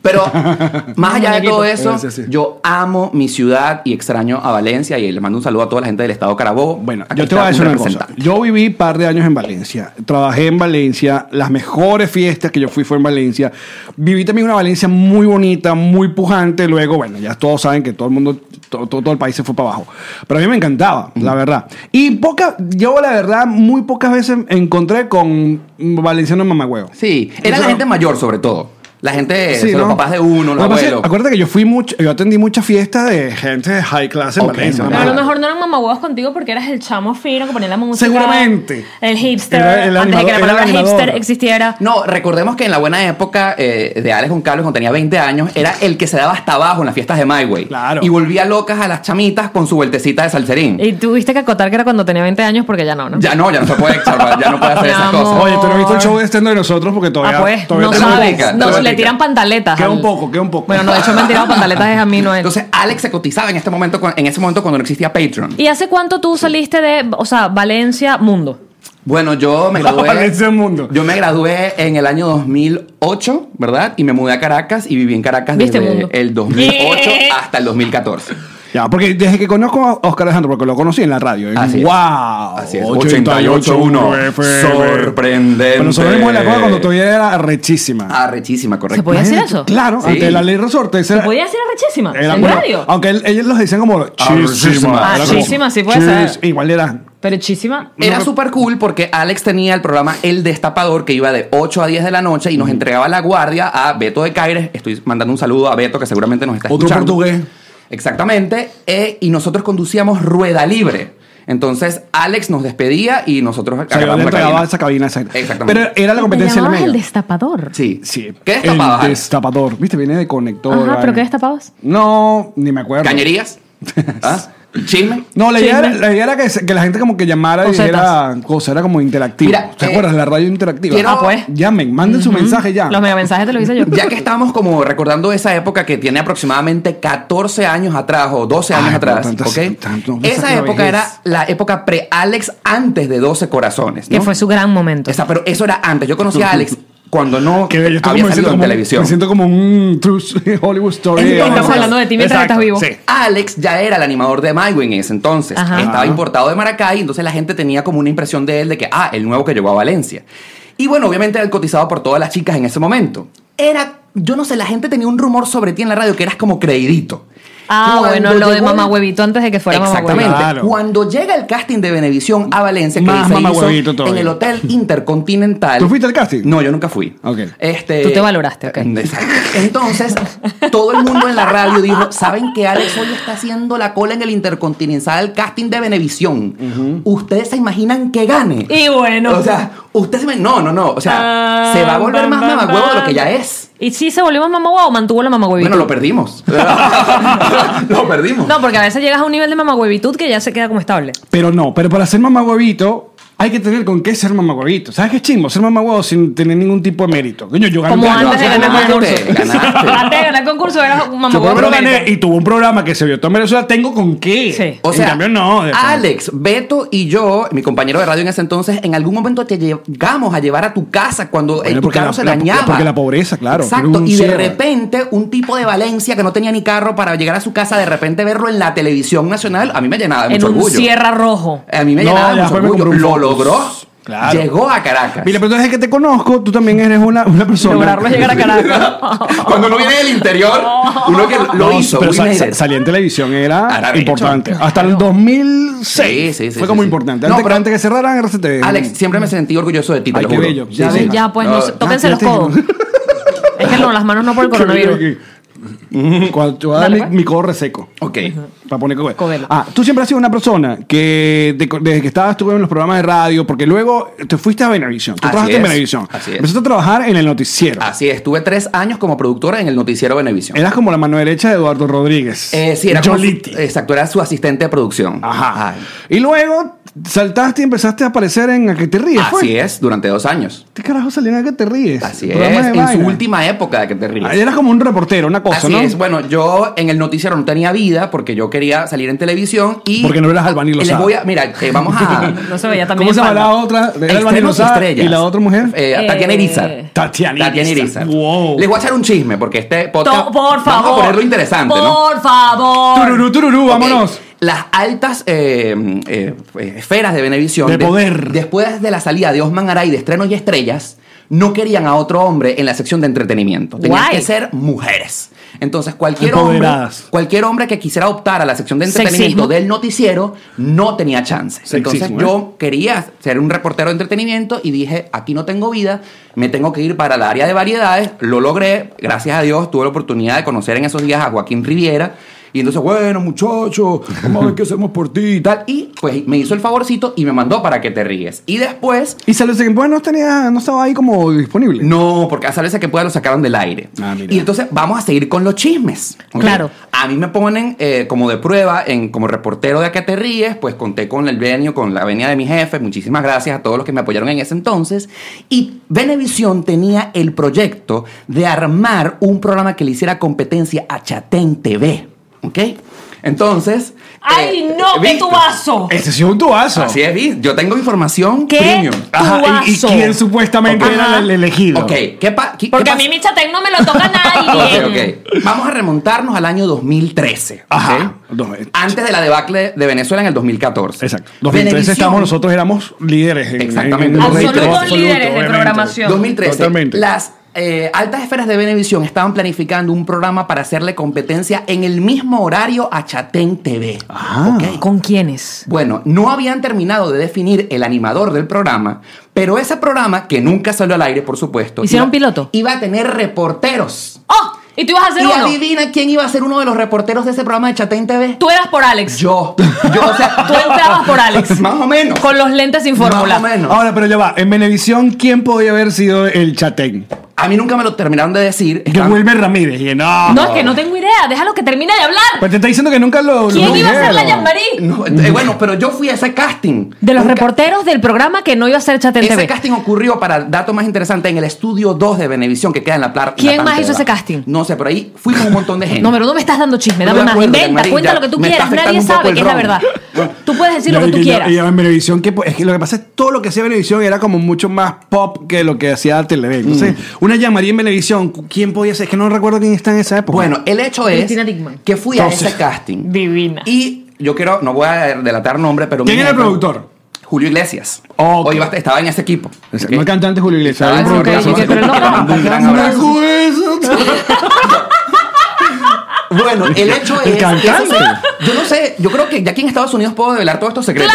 Speaker 3: Pero más allá de todo
Speaker 1: muñequito.
Speaker 3: eso,
Speaker 1: Sí, sí, sí.
Speaker 3: yo amo mi ciudad y extraño a Valencia y les mando un saludo a toda la gente del estado Carabobo.
Speaker 1: Bueno,
Speaker 3: Aquí
Speaker 1: yo te
Speaker 3: está
Speaker 1: voy a
Speaker 3: un
Speaker 1: decir una cosa.
Speaker 3: representante.
Speaker 1: Yo viví un par de años en Valencia. Trabajé en Valencia. Las mejores fiestas que yo fui fue en Valencia. Viví también una Valencia muy bonita, muy pujante. Luego, bueno, ya todos saben que todo el mundo, todo, todo- todo el país se fue para abajo. Pero a mí me encantaba, la verdad. Y poca, yo la verdad, muy pocas veces encontré con valencianos mamagüeos.
Speaker 3: Sí, era la gente mayor sobre todo. La gente,
Speaker 1: Sí,
Speaker 3: o sea, los
Speaker 1: ¿no?
Speaker 3: papás de uno, los
Speaker 1: Lo que pasa es-
Speaker 3: abuelos.
Speaker 1: acuérdate que yo fui mucho, yo atendí muchas fiestas de gente de high class en
Speaker 3: Ok,
Speaker 1: Valencia.
Speaker 3: ok.
Speaker 2: Pero a
Speaker 3: Claro.
Speaker 2: lo mejor no eran mamahuevos contigo porque eras el chamo fino que ponía la música.
Speaker 1: Seguramente.
Speaker 2: El hipster.
Speaker 1: Era el
Speaker 2: antes de que la
Speaker 1: animador- era
Speaker 2: palabra
Speaker 1: el animador.
Speaker 2: hipster existiera.
Speaker 3: No, recordemos que en la buena época eh, de Alex Goncalves, cuando tenía 20 años, era el que se daba hasta abajo en las fiestas de My Way.
Speaker 1: Claro.
Speaker 3: Y volvía locas a las chamitas con su vueltecita de salserín.
Speaker 2: Y tuviste que acotar que era cuando tenía 20 años porque ya no, Ah, ¿no?
Speaker 3: Ya no, ya no se puede observar, ya no puede hacer esas
Speaker 2: Mi amor.
Speaker 3: cosas.
Speaker 1: Oye, tú no has visto el show de stand de nosotros porque todavía.
Speaker 2: Ah, pues,
Speaker 1: todavía
Speaker 2: no
Speaker 1: tenemos-
Speaker 3: sabes.
Speaker 2: sabes.
Speaker 3: botica,
Speaker 2: No,
Speaker 3: tenemos
Speaker 2: le
Speaker 3: botica.
Speaker 2: tiran pantaletas.
Speaker 1: Queda
Speaker 2: al-
Speaker 1: un poco, queda un poco.
Speaker 2: Bueno, no, de hecho me
Speaker 1: (laughs)
Speaker 2: han tirado pantaletas es a mí, no es.
Speaker 3: Entonces, Alex se cotizaba en este momento con- en ese momento cuando no existía Patreon.
Speaker 2: ¿Y hace cuánto tú saliste de, o sea, Valencia, mundo?
Speaker 3: Bueno, yo me gradué.
Speaker 1: Valencia del mundo.
Speaker 3: Yo me gradué en el año 2008, ¿verdad? Y me mudé a Caracas y viví en Caracas
Speaker 2: Viste
Speaker 3: desde
Speaker 2: mundo.
Speaker 3: el 2008 hasta el 2014.
Speaker 1: Ya, porque desde que conozco a Oscar Alejandro, porque lo conocí en la radio. en
Speaker 3: Así es.
Speaker 1: ¡Wow!
Speaker 3: Así es.
Speaker 1: 88.1
Speaker 3: FM.
Speaker 1: Pero nosotros vimos la cosa cuando todavía era rechísima.
Speaker 3: Arrechísima, correcto.
Speaker 2: Se podía- ¿Puede ser ¿Ah, eso?
Speaker 1: Ah, Claro,
Speaker 3: Sí.
Speaker 1: ante la ley resorte. esa era-
Speaker 2: Podía ser arrechísima.
Speaker 1: era- Ah,
Speaker 2: en
Speaker 1: bueno,
Speaker 2: radio.
Speaker 1: Aunque él- ellos los decían como
Speaker 3: Arrechísima.
Speaker 1: chísima. Era como,
Speaker 2: Arrechísima, sí puede
Speaker 1: chis-
Speaker 2: ser.
Speaker 1: Igual era.
Speaker 2: Pero chísima.
Speaker 3: Era súper cool porque Alex tenía el programa El Destapador que iba de 8 a 10 de la noche y nos entregaba la guardia a Beto de Caires. Estoy mandando un saludo a Beto que seguramente nos está
Speaker 1: Otro
Speaker 3: escuchando.
Speaker 1: portugués.
Speaker 3: Exactamente. eh, y nosotros conducíamos rueda libre. Entonces Alex nos despedía y nosotros
Speaker 1: O sea, yo le
Speaker 3: agarramos la
Speaker 1: entregaba
Speaker 3: cabina.
Speaker 1: esa cabina. esa-
Speaker 3: Exactamente.
Speaker 1: Pero era la
Speaker 2: Te
Speaker 1: competencia del
Speaker 2: llamabas el
Speaker 1: medio.
Speaker 2: destapador.
Speaker 3: Sí.
Speaker 1: Sí.
Speaker 3: ¿Qué destapabas,
Speaker 1: El
Speaker 3: Alex?
Speaker 1: destapador. Viste, viene de conector.
Speaker 2: Ajá,
Speaker 1: vaina.
Speaker 2: pero ¿qué destapabas?
Speaker 1: No, ni me acuerdo. (laughs)
Speaker 3: ¿Cañerías? ¿Ah? ¿Chisme?
Speaker 1: No, la idea,
Speaker 2: Chisme.
Speaker 1: era, la idea era que, se- que la gente como que llamara y
Speaker 2: Cosetas.
Speaker 1: dijera cosas, era como interactivo.
Speaker 3: Mira,
Speaker 1: ¿Te
Speaker 3: eh,
Speaker 1: acuerdas? La radio interactiva.
Speaker 3: quiero-
Speaker 2: Ah, pues.
Speaker 1: Llamen, manden su mensaje ya.
Speaker 2: Los megamensajes te lo hice yo.
Speaker 3: Ya que estamos como recordando esa época que tiene aproximadamente 14 años atrás o 12 años
Speaker 1: Ay, pero
Speaker 3: atrás,
Speaker 1: tantas-
Speaker 3: ¿ok?
Speaker 1: tanto, me saca
Speaker 3: esa
Speaker 1: la
Speaker 3: época
Speaker 1: vejez.
Speaker 3: era la época pre-Alex antes de 12 corazones, ¿no?
Speaker 2: Que fue su gran momento.
Speaker 3: Esa- pero eso era antes. Yo conocí a Alex cuando no
Speaker 1: Qué bello, esto
Speaker 3: había
Speaker 1: como me siento
Speaker 3: salido en
Speaker 1: como-
Speaker 3: televisión.
Speaker 1: Me siento como un true (laughs) Hollywood story.
Speaker 2: Es que
Speaker 1: de
Speaker 2: estamos
Speaker 1: Hollywood.
Speaker 2: hablando de ti mientras
Speaker 1: Exacto,
Speaker 2: estás vivo.
Speaker 1: Sí.
Speaker 3: Alex ya era el animador de MyWay en ese entonces.
Speaker 2: Ajá.
Speaker 3: Estaba
Speaker 1: Ajá.
Speaker 3: importado de Maracay, entonces la gente tenía como una impresión de él de que, ah, el nuevo que llegó a Valencia. Y bueno, obviamente era el cotizado por todas las chicas en ese momento. Era, yo no sé, la gente tenía un rumor sobre ti en la radio que eras como creidito.
Speaker 2: Ah,
Speaker 3: Cuando
Speaker 2: bueno, lo de
Speaker 3: llegó el-
Speaker 2: mamá huevito antes de que fuera mamá
Speaker 3: Exactamente.
Speaker 2: huevito.
Speaker 1: Claro.
Speaker 3: Cuando llega el casting de Venevisión a Valencia, que
Speaker 1: Más
Speaker 3: se hizo
Speaker 1: mamahuevito todavía.
Speaker 3: en el Hotel Intercontinental.
Speaker 1: ¿Tú fuiste al casting?
Speaker 3: No, yo nunca fui.
Speaker 1: Ok.
Speaker 3: Este,
Speaker 2: Tú te valoraste, ok.
Speaker 3: (laughs) Exacto. Entonces, todo el mundo en la radio dijo, ¿saben que Alex hoy está haciendo la cola en el Intercontinental casting de Venevisión? ¿Ustedes se imaginan que gane?
Speaker 2: Y bueno.
Speaker 3: O sea, ustedes se No, no, no. O sea,
Speaker 2: Ah,
Speaker 3: se va a volver
Speaker 2: bam,
Speaker 3: más
Speaker 2: bam,
Speaker 3: mamagüevo de lo
Speaker 2: bam.
Speaker 3: que ya es.
Speaker 2: ¿Y si se volvió más mamá huevo o mantuvo la mamá huevito?
Speaker 3: Bueno,
Speaker 2: (laughs)
Speaker 3: lo perdimos. (laughs) lo perdimos.
Speaker 2: No, porque a veces llegas a un nivel de mamagüevitud que ya se queda como estable.
Speaker 1: Pero no, pero para ser mamagüevito hay que tener con qué ser mamagüevito. ¿Sabes qué chingo? Ser mamagüevo sin tener ningún tipo de mérito. Coño, yo gané.
Speaker 2: Como
Speaker 1: un
Speaker 2: antes de
Speaker 1: programa.
Speaker 2: ganar el
Speaker 3: ganaste,
Speaker 2: concurso.
Speaker 3: ganaste.
Speaker 2: Antes de ganar el concurso eras un
Speaker 1: Yo por lo
Speaker 2: mamagüevo.
Speaker 1: menos gané y tuvo un programa que se vio todo en Venezuela. Tengo con qué.
Speaker 2: Sí.
Speaker 3: O sea,
Speaker 1: en cambio, no. de-
Speaker 3: Alex, Beto y yo, mi compañero de radio en ese entonces, en algún momento te llegamos a llevar a tu casa cuando
Speaker 1: Bueno,
Speaker 3: eh, tu
Speaker 1: porque
Speaker 3: carro
Speaker 1: la-
Speaker 3: se
Speaker 1: la-
Speaker 3: dañaba.
Speaker 1: porque la pobreza, claro, tiene
Speaker 3: Exacto.
Speaker 1: un
Speaker 3: Y de
Speaker 1: cierre.
Speaker 3: repente, un tipo de Valencia que no tenía ni carro para llegar a su casa, de repente verlo en la televisión nacional, a mí me llenaba
Speaker 2: En
Speaker 3: de mucho
Speaker 2: un
Speaker 3: orgullo.
Speaker 2: Sierra Rojo.
Speaker 3: A mí me
Speaker 1: No,
Speaker 3: llenaba de
Speaker 1: ya
Speaker 3: mucho
Speaker 1: después me
Speaker 3: orgullo.
Speaker 1: compré un
Speaker 3: Lo
Speaker 1: Focus.
Speaker 3: logró.
Speaker 1: Claro.
Speaker 3: Llegó a Caracas.
Speaker 1: Mira, pero entonces desde que te conozco, tú también eres una, una persona.
Speaker 2: Lograrlo es llegar
Speaker 1: (laughs)
Speaker 2: a (laughs) Caracas.
Speaker 3: Cuando uno viene del interior, uno que lo
Speaker 1: No,
Speaker 3: hizo. Ah,
Speaker 1: Pero
Speaker 3: Will
Speaker 1: sa-
Speaker 3: Meyer.
Speaker 1: sa- salía en televisión, era
Speaker 3: Ahora,
Speaker 1: importante.
Speaker 3: hecho.
Speaker 1: Hasta el 2006.
Speaker 3: Sí, sí, sí,
Speaker 1: Fue
Speaker 3: sí,
Speaker 1: como
Speaker 3: sí.
Speaker 1: importante.
Speaker 3: No,
Speaker 1: Antes,
Speaker 3: pero-
Speaker 1: antes que cerraran RCTV.
Speaker 3: Alex, siempre me sentí orgulloso de ti, te
Speaker 1: Ay,
Speaker 3: lo
Speaker 1: qué
Speaker 3: juro.
Speaker 1: bello.
Speaker 3: Sí,
Speaker 2: Ya,
Speaker 3: sí.
Speaker 2: ven, ya, pues, no,
Speaker 3: No,
Speaker 2: sé, tóquense los
Speaker 1: fíjate.
Speaker 2: codos. (laughs) es que no, las manos
Speaker 3: (laughs)
Speaker 2: no por el
Speaker 1: Qué
Speaker 2: coronavirus.
Speaker 1: bien aquí. Cuando te voy a dar
Speaker 2: Dale,
Speaker 1: mi,
Speaker 2: pues.
Speaker 1: mi codo reseco.
Speaker 3: Ok.
Speaker 1: Para poner que-
Speaker 2: Codelo.
Speaker 1: Ah, tú siempre has sido una persona que de- desde que estabas tú en los programas de radio, porque luego te fuiste a Venevisión. Tú
Speaker 3: Así
Speaker 1: trabajaste en
Speaker 3: es,
Speaker 1: Venevisión.
Speaker 3: así es.
Speaker 1: Empezaste a trabajar en el noticiero.
Speaker 3: Así es, estuve tres años como productora en el noticiero Venevisión.
Speaker 1: Eras como la mano derecha de Eduardo Rodríguez.
Speaker 3: Eh, sí, era como su-
Speaker 1: Yoliti.
Speaker 3: exacto, era su asistente de producción.
Speaker 1: Ajá.
Speaker 3: Ay.
Speaker 1: Y luego saltaste y empezaste a aparecer en A que te ríes. ¿fue?
Speaker 3: Así es, durante dos años.
Speaker 1: ¿Qué carajo salían a que te ríes?
Speaker 3: Así
Speaker 1: Programas
Speaker 3: es,
Speaker 1: de
Speaker 3: en su
Speaker 1: vaina.
Speaker 3: última época de que te
Speaker 1: Ah,
Speaker 3: ríes.
Speaker 1: Eras como un reportero, una cosa,
Speaker 3: Así
Speaker 1: ¿no?
Speaker 3: es, bueno, yo en el noticiero no tenía vida porque yo quería salir en televisión y...
Speaker 1: Porque no eras Albany
Speaker 3: Les
Speaker 1: Lozada.
Speaker 3: voy a, mira, eh, vamos
Speaker 1: (laughs)
Speaker 3: a...
Speaker 2: No se veía también.
Speaker 1: ¿Cómo se llama la
Speaker 2: espalda.
Speaker 1: otra? Era
Speaker 3: Extremos
Speaker 1: Albany Lozada,
Speaker 3: Estrellas.
Speaker 1: ¿Y la otra mujer?
Speaker 3: Eh, Tatiana
Speaker 2: Eh,
Speaker 3: Irizar.
Speaker 1: Tatiana
Speaker 3: Tatiana
Speaker 1: Irizar.
Speaker 3: Irizar.
Speaker 1: Wow.
Speaker 3: Les voy a echar un chisme porque este podcast...
Speaker 2: To- por favor.
Speaker 3: Vamos a ponerlo interesante, ¿no?
Speaker 2: Por favor.
Speaker 1: Tururú, tururú, vámonos.
Speaker 3: Ok. Las altas eh, eh, eh, esferas de Benevisión.
Speaker 1: De poder.
Speaker 3: después de la salida de Osman Aray de Estrenos y Estrellas, no querían a otro hombre en la sección de entretenimiento. Tenían
Speaker 2: Guay.
Speaker 3: que ser mujeres. Entonces, cualquier hombre,
Speaker 1: Empoderadas.
Speaker 3: cualquier hombre que quisiera optar a la sección de entretenimiento
Speaker 2: Sexismo.
Speaker 3: del noticiero no tenía chance.
Speaker 1: Sexismo,
Speaker 3: Entonces, yo quería ser un reportero de entretenimiento y dije, aquí no tengo vida, me tengo que ir para el área de variedades. Lo logré, gracias a Dios, tuve la oportunidad de conocer en esos días a Joaquín Riviera. Y entonces, bueno, muchachos, vamos a ver qué hacemos por ti y tal. Y pues me hizo el favorcito y me mandó para que te ríes. Y después
Speaker 1: Y salió ese que bueno, no, tenía, no estaba ahí como disponible.
Speaker 3: no, porque a veces que pueda lo sacaron del aire.
Speaker 1: Ah, mira.
Speaker 3: y entonces vamos a seguir con los chismes. ¿ok?
Speaker 2: Claro.
Speaker 3: A mí me ponen eh, como de prueba, en, como reportero de Acá te ríes, pues conté con el venio, con la venia de mi jefe. Muchísimas gracias a todos los que me apoyaron en ese entonces. Y Venevisión tenía el proyecto de armar un programa que le hiciera competencia a Chatén TV. ¿Ok? Entonces.
Speaker 2: ¡Ay,
Speaker 3: eh,
Speaker 2: no! ¡Qué
Speaker 3: ¿viste?
Speaker 2: tubazo!
Speaker 1: Ese sí es un tubazo.
Speaker 3: Así es, ¿viste? yo tengo información
Speaker 2: ¿Qué?
Speaker 3: premium.
Speaker 1: Ajá, y- y,
Speaker 2: Tubazo.
Speaker 1: quién supuestamente
Speaker 3: Ok.
Speaker 1: era el elegido.
Speaker 3: Ok, ¿qué, pa- qué-
Speaker 2: Porque
Speaker 3: qué
Speaker 2: a
Speaker 3: pas-
Speaker 2: mí mi chatén no me lo
Speaker 3: (laughs)
Speaker 2: toca nadie.
Speaker 3: Ok, ok. Vamos a remontarnos al año 2013. ¿ok? eh,
Speaker 1: Ajá. Dos-
Speaker 3: Antes de la debacle de Venezuela en el 2014.
Speaker 1: Exacto. 2013
Speaker 3: Venevisión-
Speaker 1: estábamos nosotros, éramos líderes. En, en-
Speaker 3: Exactamente.
Speaker 1: en-
Speaker 3: Absolutos
Speaker 1: en- en-
Speaker 3: líderes
Speaker 2: de
Speaker 1: obviamente.
Speaker 2: programación.
Speaker 3: 2013.
Speaker 1: Totalmente.
Speaker 3: Las eh, altas esferas de Venevisión estaban planificando un programa para hacerle competencia en el mismo horario a Chatén TV.
Speaker 1: Ah.
Speaker 3: ¿ok?
Speaker 2: ¿Con quiénes?
Speaker 3: Bueno, no habían terminado de definir el animador del programa, pero ese programa, que nunca salió al aire, por supuesto,
Speaker 2: ¿Hicieron
Speaker 3: iba-
Speaker 2: piloto?
Speaker 3: iba a tener reporteros.
Speaker 2: ¡Oh! ¿Y tú ibas a hacer
Speaker 3: Y
Speaker 2: uno?
Speaker 3: adivina quién iba a ser uno de los reporteros de ese programa de Chatén TV.
Speaker 2: Tú eras por Alex.
Speaker 3: Yo. Yo, o sea,
Speaker 2: (laughs) Tú entrabas por Alex.
Speaker 3: (laughs) Más o menos.
Speaker 2: Con los lentes sin fórmula.
Speaker 3: Más o menos.
Speaker 1: Ahora, pero ya va. En Venevisión, ¿quién podía haber sido el chatén?
Speaker 3: A mí nunca me lo terminaron de decir.
Speaker 1: Que
Speaker 3: Estaban-
Speaker 1: Wilmer Ramírez. Y no.
Speaker 2: No, es que no tengo idea. Déjalo que termine de hablar.
Speaker 1: Pues te está diciendo que nunca lo.
Speaker 2: ¿Quién
Speaker 1: lo
Speaker 2: iba a ser la
Speaker 1: dijeron.
Speaker 2: Yambarí?
Speaker 3: No, eh, bueno, pero yo fui a ese casting.
Speaker 2: De los
Speaker 3: Un ca-
Speaker 2: reporteros del programa que no iba a ser Chatén
Speaker 3: Ese
Speaker 2: TV.
Speaker 3: casting ocurrió, para dato más interesante, en el estudio 2 de Venevisión, que queda en la plata.
Speaker 2: ¿Quién más hizo ese casting?
Speaker 3: No sé, pero ahí fuimos un montón de
Speaker 2: (laughs)
Speaker 3: gente.
Speaker 2: No, pero no me estás dando chisme.
Speaker 3: No
Speaker 2: Dame
Speaker 3: me
Speaker 2: más.
Speaker 3: acuerdo,
Speaker 2: Inventa,
Speaker 3: Yamari,
Speaker 2: cuenta
Speaker 3: ya
Speaker 2: lo que tú
Speaker 3: me está
Speaker 2: quieras. Nadie
Speaker 3: afectando un poco
Speaker 2: sabe
Speaker 3: el
Speaker 2: que es la
Speaker 3: ron.
Speaker 2: verdad. Tú puedes decir lo
Speaker 1: Ya,
Speaker 2: que tú
Speaker 1: ya, ya,
Speaker 2: quieras.
Speaker 1: ya, en Venevisión, que, po- es que lo que pasa es todo lo que hacía Venevisión era como mucho más pop que lo que hacía Televen. Entonces, una llamaría en Venevisión, cu- ¿quién podía ser? Es que no recuerdo quién está en esa época.
Speaker 3: Bueno, el hecho es
Speaker 2: Cristina Dickman.
Speaker 3: que fui
Speaker 1: Entonces,
Speaker 3: a ese casting.
Speaker 2: divina.
Speaker 3: Y yo quiero, no voy a delatar nombre, pero.
Speaker 1: ¿quién
Speaker 3: mi
Speaker 1: era el
Speaker 3: jefe-
Speaker 1: productor?
Speaker 3: Julio Iglesias.
Speaker 1: Ok.
Speaker 3: O iba- estaba en ese equipo.
Speaker 1: Es-
Speaker 3: ¿ok?
Speaker 1: No el cantante Julio Iglesias,
Speaker 3: Ah,
Speaker 1: era un
Speaker 3: ok,
Speaker 1: productor. (laughs)
Speaker 2: ok, pero no
Speaker 1: Un gran
Speaker 3: cantante.
Speaker 1: abrazo.
Speaker 3: Bueno, Bueno, el hecho es.
Speaker 1: El cantante.
Speaker 3: eso sí, yo no sé, yo creo que ya aquí en Estados Unidos puedo develar todos estos secretos.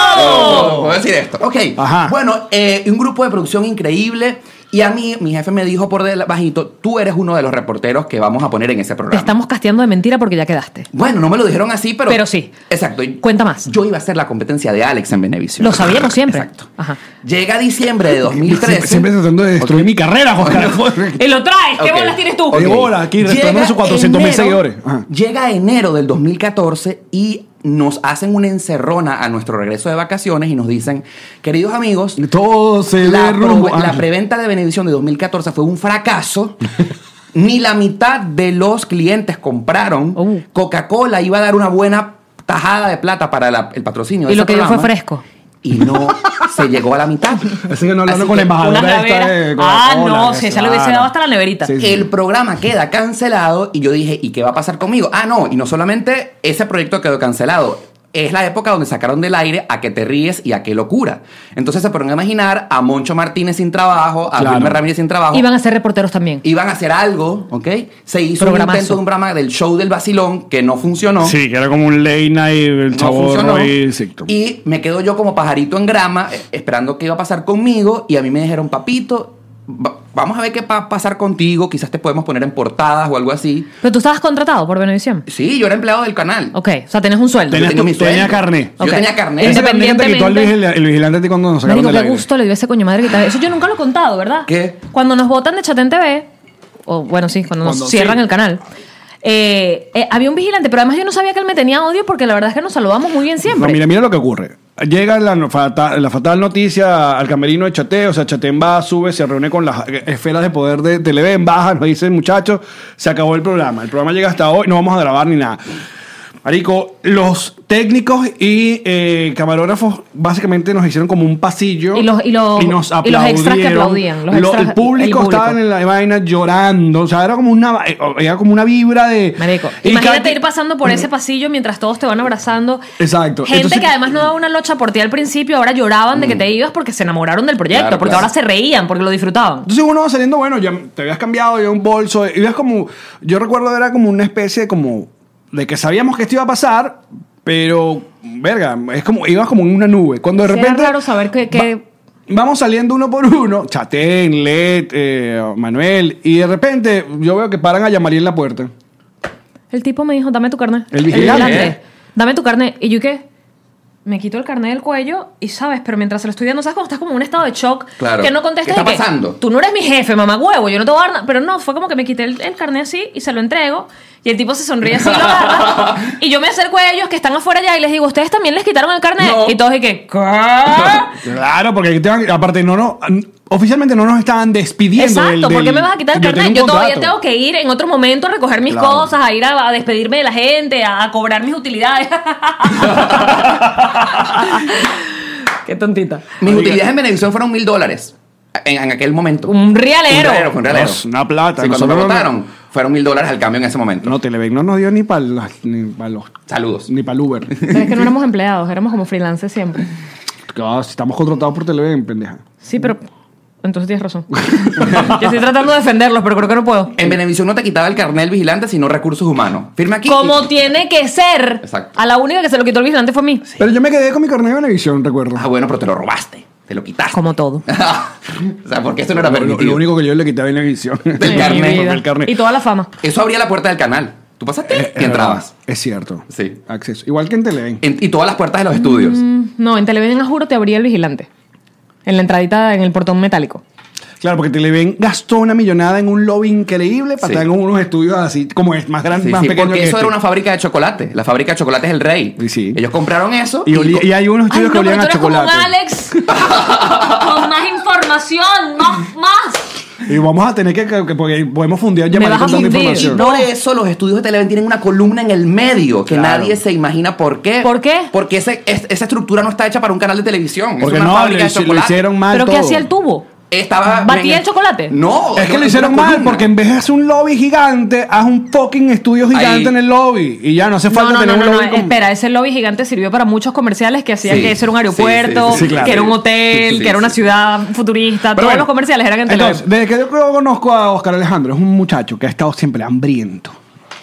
Speaker 3: ¡Claro! Puedo decir esto. Ok.
Speaker 1: Ajá.
Speaker 3: Bueno, eh, un grupo de producción increíble. Y a mí, mi jefe me dijo por del- bajito, tú eres uno de los reporteros que vamos a poner en ese
Speaker 2: Te
Speaker 3: programa.
Speaker 2: estamos casteando de mentira porque ya quedaste.
Speaker 3: Bueno, no me lo dijeron así, pero.
Speaker 2: Pero sí.
Speaker 3: Exacto. Y-
Speaker 2: Cuenta más.
Speaker 3: Yo iba a ser la competencia de Alex en Benevisión.
Speaker 2: Lo sabíamos siempre.
Speaker 3: Exacto.
Speaker 2: Ajá.
Speaker 3: Llega diciembre de 2013.
Speaker 1: Siempre, siempre tratando de destruir mi carrera, Oscar.
Speaker 2: (laughs) Y lo traes, ¿qué
Speaker 3: Ok.
Speaker 2: bolas tienes tú?
Speaker 3: Ok.
Speaker 1: De bola, aquí, restaurando sus 400.000
Speaker 3: enero-
Speaker 1: seguidores. Ajá.
Speaker 3: Llega enero del 2014 y nos hacen una encerrona a nuestro regreso de vacaciones y nos dicen, queridos amigos,
Speaker 1: (laughs) Todo se
Speaker 3: la,
Speaker 1: derrumba.
Speaker 3: pro- la preventa de Benevisión de 2014 fue un fracaso. Ni la mitad de los clientes compraron.
Speaker 2: Uh.
Speaker 3: Coca-Cola iba a dar una buena tajada de plata para la- el patrocinio. de
Speaker 2: Y
Speaker 3: ese
Speaker 2: lo que dio fue
Speaker 3: programa.
Speaker 2: fresco.
Speaker 3: Y no se llegó a la mitad.
Speaker 1: Así que no hablando
Speaker 3: Así
Speaker 1: con la
Speaker 3: que
Speaker 2: Unas
Speaker 1: embajadora esta
Speaker 2: neveras.
Speaker 1: de
Speaker 2: Ah,
Speaker 1: Coca-Cola,
Speaker 2: no,
Speaker 1: eso,
Speaker 2: se esa le hubiese
Speaker 1: claro.
Speaker 2: dado hasta la neverita.
Speaker 1: Sí, sí.
Speaker 3: El programa queda cancelado y yo dije, ¿y qué va a pasar conmigo? Ah, no, y no solamente ese proyecto quedó cancelado. Es la época donde sacaron del aire a que te ríes y a qué locura. Entonces se ponen a imaginar a Moncho Martínez sin trabajo, a
Speaker 1: Claro.
Speaker 3: Wilmer Ramírez sin trabajo.
Speaker 2: Iban a ser reporteros también.
Speaker 3: Iban a hacer algo, ¿ok? Se hizo
Speaker 2: Programazo.
Speaker 3: un intento de un programa del show del vacilón que no funcionó.
Speaker 1: Sí, que era como un late night, el
Speaker 3: No
Speaker 1: chaborro
Speaker 3: funcionó.
Speaker 1: y exacto.
Speaker 3: Y me quedo yo como pajarito en grama, eh, esperando qué iba a pasar conmigo. Y a mí me dijeron, papito, va- vamos a ver qué va a pasar contigo. Quizás te podemos poner en portadas o algo así.
Speaker 2: Pero tú estabas contratado por Benevisión.
Speaker 3: Sí, yo era empleado del canal.
Speaker 2: Ok, o sea, tenés un sueldo.
Speaker 1: Tenías
Speaker 3: Yo tenía
Speaker 1: tu-
Speaker 3: mi sueldo.
Speaker 1: tenías carné.
Speaker 3: Yo
Speaker 2: Ok.
Speaker 3: tenía carnet.
Speaker 1: Ese carnet que te quitó el,
Speaker 2: Independiente-
Speaker 1: vigila- el vigilante a ti cuando nos sacaron
Speaker 2: Marico,
Speaker 1: del
Speaker 2: qué
Speaker 1: aire.
Speaker 2: gusto le dio ese coño madre que te- Eso yo nunca lo he contado, ¿verdad?
Speaker 3: ¿Qué?
Speaker 2: Cuando nos votan de Chatén TV, o bueno, sí, cuando nos
Speaker 1: Cuando-
Speaker 2: cierran
Speaker 1: sí.
Speaker 2: el canal. eh, eh, había un vigilante, pero además yo no sabía que él me tenía odio porque la verdad es que nos saludamos muy bien siempre.
Speaker 1: No, mira, mira lo que ocurre. Llega la, no- fata- la fatal noticia al camerino de Chaté, o sea, Chatén va, sube, se reúne con las eh, esferas de poder de Televen, baja, nos dicen, muchachos, se acabó el programa. El programa llega hasta hoy, no vamos a grabar ni nada. Marico, los técnicos y eh, camarógrafos básicamente nos hicieron como un pasillo
Speaker 2: Y los- y los-
Speaker 1: nos
Speaker 2: y los
Speaker 1: aplaudieron.
Speaker 2: extras que aplaudían, los
Speaker 1: Lo-
Speaker 2: extras-
Speaker 1: el, público
Speaker 2: el público.
Speaker 1: estaba en la vaina llorando, o sea, era como una, eh, era como una vibra de...
Speaker 2: Marico,
Speaker 1: Y
Speaker 2: imagínate
Speaker 1: Katy-
Speaker 2: ir pasando por ese pasillo mientras todos te van abrazando.
Speaker 1: Exacto.
Speaker 2: Gente
Speaker 1: Entonces- Mm.
Speaker 2: que además no daba una locha por ti al principio, ahora lloraban de que te ibas porque se enamoraron del proyecto,
Speaker 3: Claro,
Speaker 2: porque
Speaker 3: claro.
Speaker 2: ahora se reían, porque lo disfrutaban.
Speaker 1: Entonces uno va saliendo, bueno, ya te habías cambiado, ya un bolso, y veas como, yo recuerdo era como una especie de como, de que sabíamos que esto iba a pasar, pero, verga, es como, ibas como en una nube. Cuando de
Speaker 2: Sí, era
Speaker 1: repente...
Speaker 2: raro saber que- que-
Speaker 1: va- vamos saliendo uno por uno, Chatén, Let, eh, Manuel, y de repente yo veo que paran a Yamari en la puerta.
Speaker 2: El tipo me dijo, dame tu carnet.
Speaker 1: El vigilante.
Speaker 2: Dame tu carnet. ¿Y yo qué? Me quito el carnet del cuello y sabes, pero mientras se lo estoy dando, ¿sabes cómo estás como en un estado de shock?
Speaker 3: Claro.
Speaker 2: Que no contestas.
Speaker 3: ¿Qué está
Speaker 2: y que,
Speaker 3: pasando?
Speaker 2: Tú no eres mi jefe, mamá huevo, yo no te voy a dar nada. Pero no, fue como que me quité el, el carnet así y se lo entrego. Y el tipo se sonríe así y lo agarra. Y yo me acerco a ellos que están afuera ya y les digo, ¿ustedes también les quitaron el carnet?
Speaker 3: No.
Speaker 2: Y todos y que, ¿qué?
Speaker 1: Claro, porque aquí te van- aparte no, no, oficialmente no nos estaban despidiendo.
Speaker 2: Exacto,
Speaker 1: del-
Speaker 2: ¿por qué
Speaker 1: del-
Speaker 2: me vas a quitar el
Speaker 1: yo
Speaker 2: carnet?
Speaker 1: tenía
Speaker 2: Yo
Speaker 1: un
Speaker 2: todavía
Speaker 1: contrato.
Speaker 2: tengo que ir en otro momento a recoger mis
Speaker 1: Claro.
Speaker 2: cosas, a ir a, a despedirme de la gente, a, a cobrar mis utilidades. (laughs) Qué tontita.
Speaker 3: Mis utilidades en Benevisión fueron mil dólares en, en aquel momento.
Speaker 2: Un realero. (laughs)
Speaker 3: Un realero, fue un realero.
Speaker 1: Dios, una plata.
Speaker 3: Sí, cuando me
Speaker 1: Nosotros no-
Speaker 3: votaron, fueron mil dólares al cambio en ese momento.
Speaker 1: No, Televen no nos dio ni para ni pa los...
Speaker 3: Saludos.
Speaker 1: Ni para el Uber.
Speaker 2: Pero es que no éramos empleados, éramos como freelancers siempre.
Speaker 1: Claro, ah, si estamos contratados por Televen, pendeja.
Speaker 2: Sí, pero entonces tienes razón. Yo estoy tratando de defenderlos, pero creo que no puedo.
Speaker 3: En Benevisión no te quitaba el carnet del vigilante, sino recursos humanos. Firma aquí.
Speaker 2: Como
Speaker 3: Y-
Speaker 2: tiene que ser.
Speaker 3: Exacto.
Speaker 2: A la única que se lo quitó el vigilante fue a mí.
Speaker 1: Pero yo me quedé con mi carnet de Benevisión, recuerdo.
Speaker 3: Ah, bueno, pero te lo robaste. Te lo quitaste.
Speaker 2: Como todo.
Speaker 3: (laughs) o sea, porque eso no era
Speaker 1: Lo- lo,
Speaker 3: permitido.
Speaker 1: lo único que yo le quité a Benevisión.
Speaker 3: (laughs) Del
Speaker 2: Mi
Speaker 3: carnet,
Speaker 2: vida.
Speaker 1: el carnet.
Speaker 2: Y toda la fama.
Speaker 3: Eso abría la puerta del canal. Tú
Speaker 1: Eh,
Speaker 3: pasaste y entrabas.
Speaker 1: Es cierto.
Speaker 3: Sí.
Speaker 1: Acceso. Igual que en Televen.
Speaker 3: En- y todas las puertas de los estudios.
Speaker 2: Mm, No, en Televen, a juro, te abría el vigilante. En la entradita, en el portón metálico.
Speaker 1: Claro, porque Televen gastó una millonada en un lobby increíble para
Speaker 3: Sí.
Speaker 1: tener unos estudios así, como es más grande,
Speaker 3: Sí,
Speaker 1: más
Speaker 3: sí,
Speaker 1: pequeño.
Speaker 3: porque
Speaker 1: que
Speaker 3: eso
Speaker 1: este.
Speaker 3: era una fábrica de chocolate. La fábrica de chocolate es el rey.
Speaker 1: Y sí.
Speaker 3: Ellos compraron eso.
Speaker 1: y, olía-
Speaker 3: co-
Speaker 1: y hay unos
Speaker 2: Ay,
Speaker 1: estudios
Speaker 2: no,
Speaker 1: que
Speaker 2: pero tú
Speaker 1: olían a
Speaker 2: eres como un
Speaker 1: chocolate.
Speaker 2: Alex. con más información, más, más.
Speaker 1: Y vamos a tener que, que- que- porque podemos fundir
Speaker 2: Me
Speaker 1: llamar
Speaker 2: vas a
Speaker 1: con tanta
Speaker 2: fundir.
Speaker 1: información.
Speaker 2: No.
Speaker 3: Por eso los estudios de Televen tienen una columna en el medio que
Speaker 1: Claro.
Speaker 3: nadie se imagina por qué.
Speaker 2: ¿Por qué?
Speaker 3: Porque ese- es- esa estructura no está hecha para un canal de televisión.
Speaker 1: porque
Speaker 3: es una
Speaker 1: no,
Speaker 3: fábrica
Speaker 1: le,
Speaker 3: de
Speaker 1: hici- le
Speaker 3: chocolate.
Speaker 1: hicieron mal
Speaker 2: ¿Pero qué
Speaker 1: todo.
Speaker 2: hacía el tubo?
Speaker 3: Estaba.
Speaker 2: ¿Batía
Speaker 3: en-
Speaker 2: el chocolate?
Speaker 3: No.
Speaker 1: Es que
Speaker 3: una-
Speaker 1: lo hicieron
Speaker 3: una
Speaker 1: mal,
Speaker 3: columna.
Speaker 1: porque en vez de hacer un lobby gigante, haz un fucking estudio gigante
Speaker 3: Ahí.
Speaker 1: en el lobby. Y ya no
Speaker 3: (laughs)
Speaker 1: hace falta
Speaker 2: no, no,
Speaker 1: tener
Speaker 2: no,
Speaker 1: un
Speaker 2: no,
Speaker 1: lobby.
Speaker 2: no,
Speaker 1: como-
Speaker 2: espera, ese lobby gigante sirvió para muchos comerciales que hacían
Speaker 3: Sí,
Speaker 2: que eso era un
Speaker 3: sí,
Speaker 2: aeropuerto,
Speaker 3: sí, sí, sí, claro.
Speaker 2: que era un hotel,
Speaker 3: Sí, sí,
Speaker 2: que era una
Speaker 3: sí.
Speaker 2: ciudad futurista,
Speaker 1: Pero
Speaker 2: todos
Speaker 1: bueno,
Speaker 2: los comerciales eran en Televen.
Speaker 1: Entonces, desde que yo conozco a Oscar Alejandro, es un muchacho que ha estado siempre hambriento.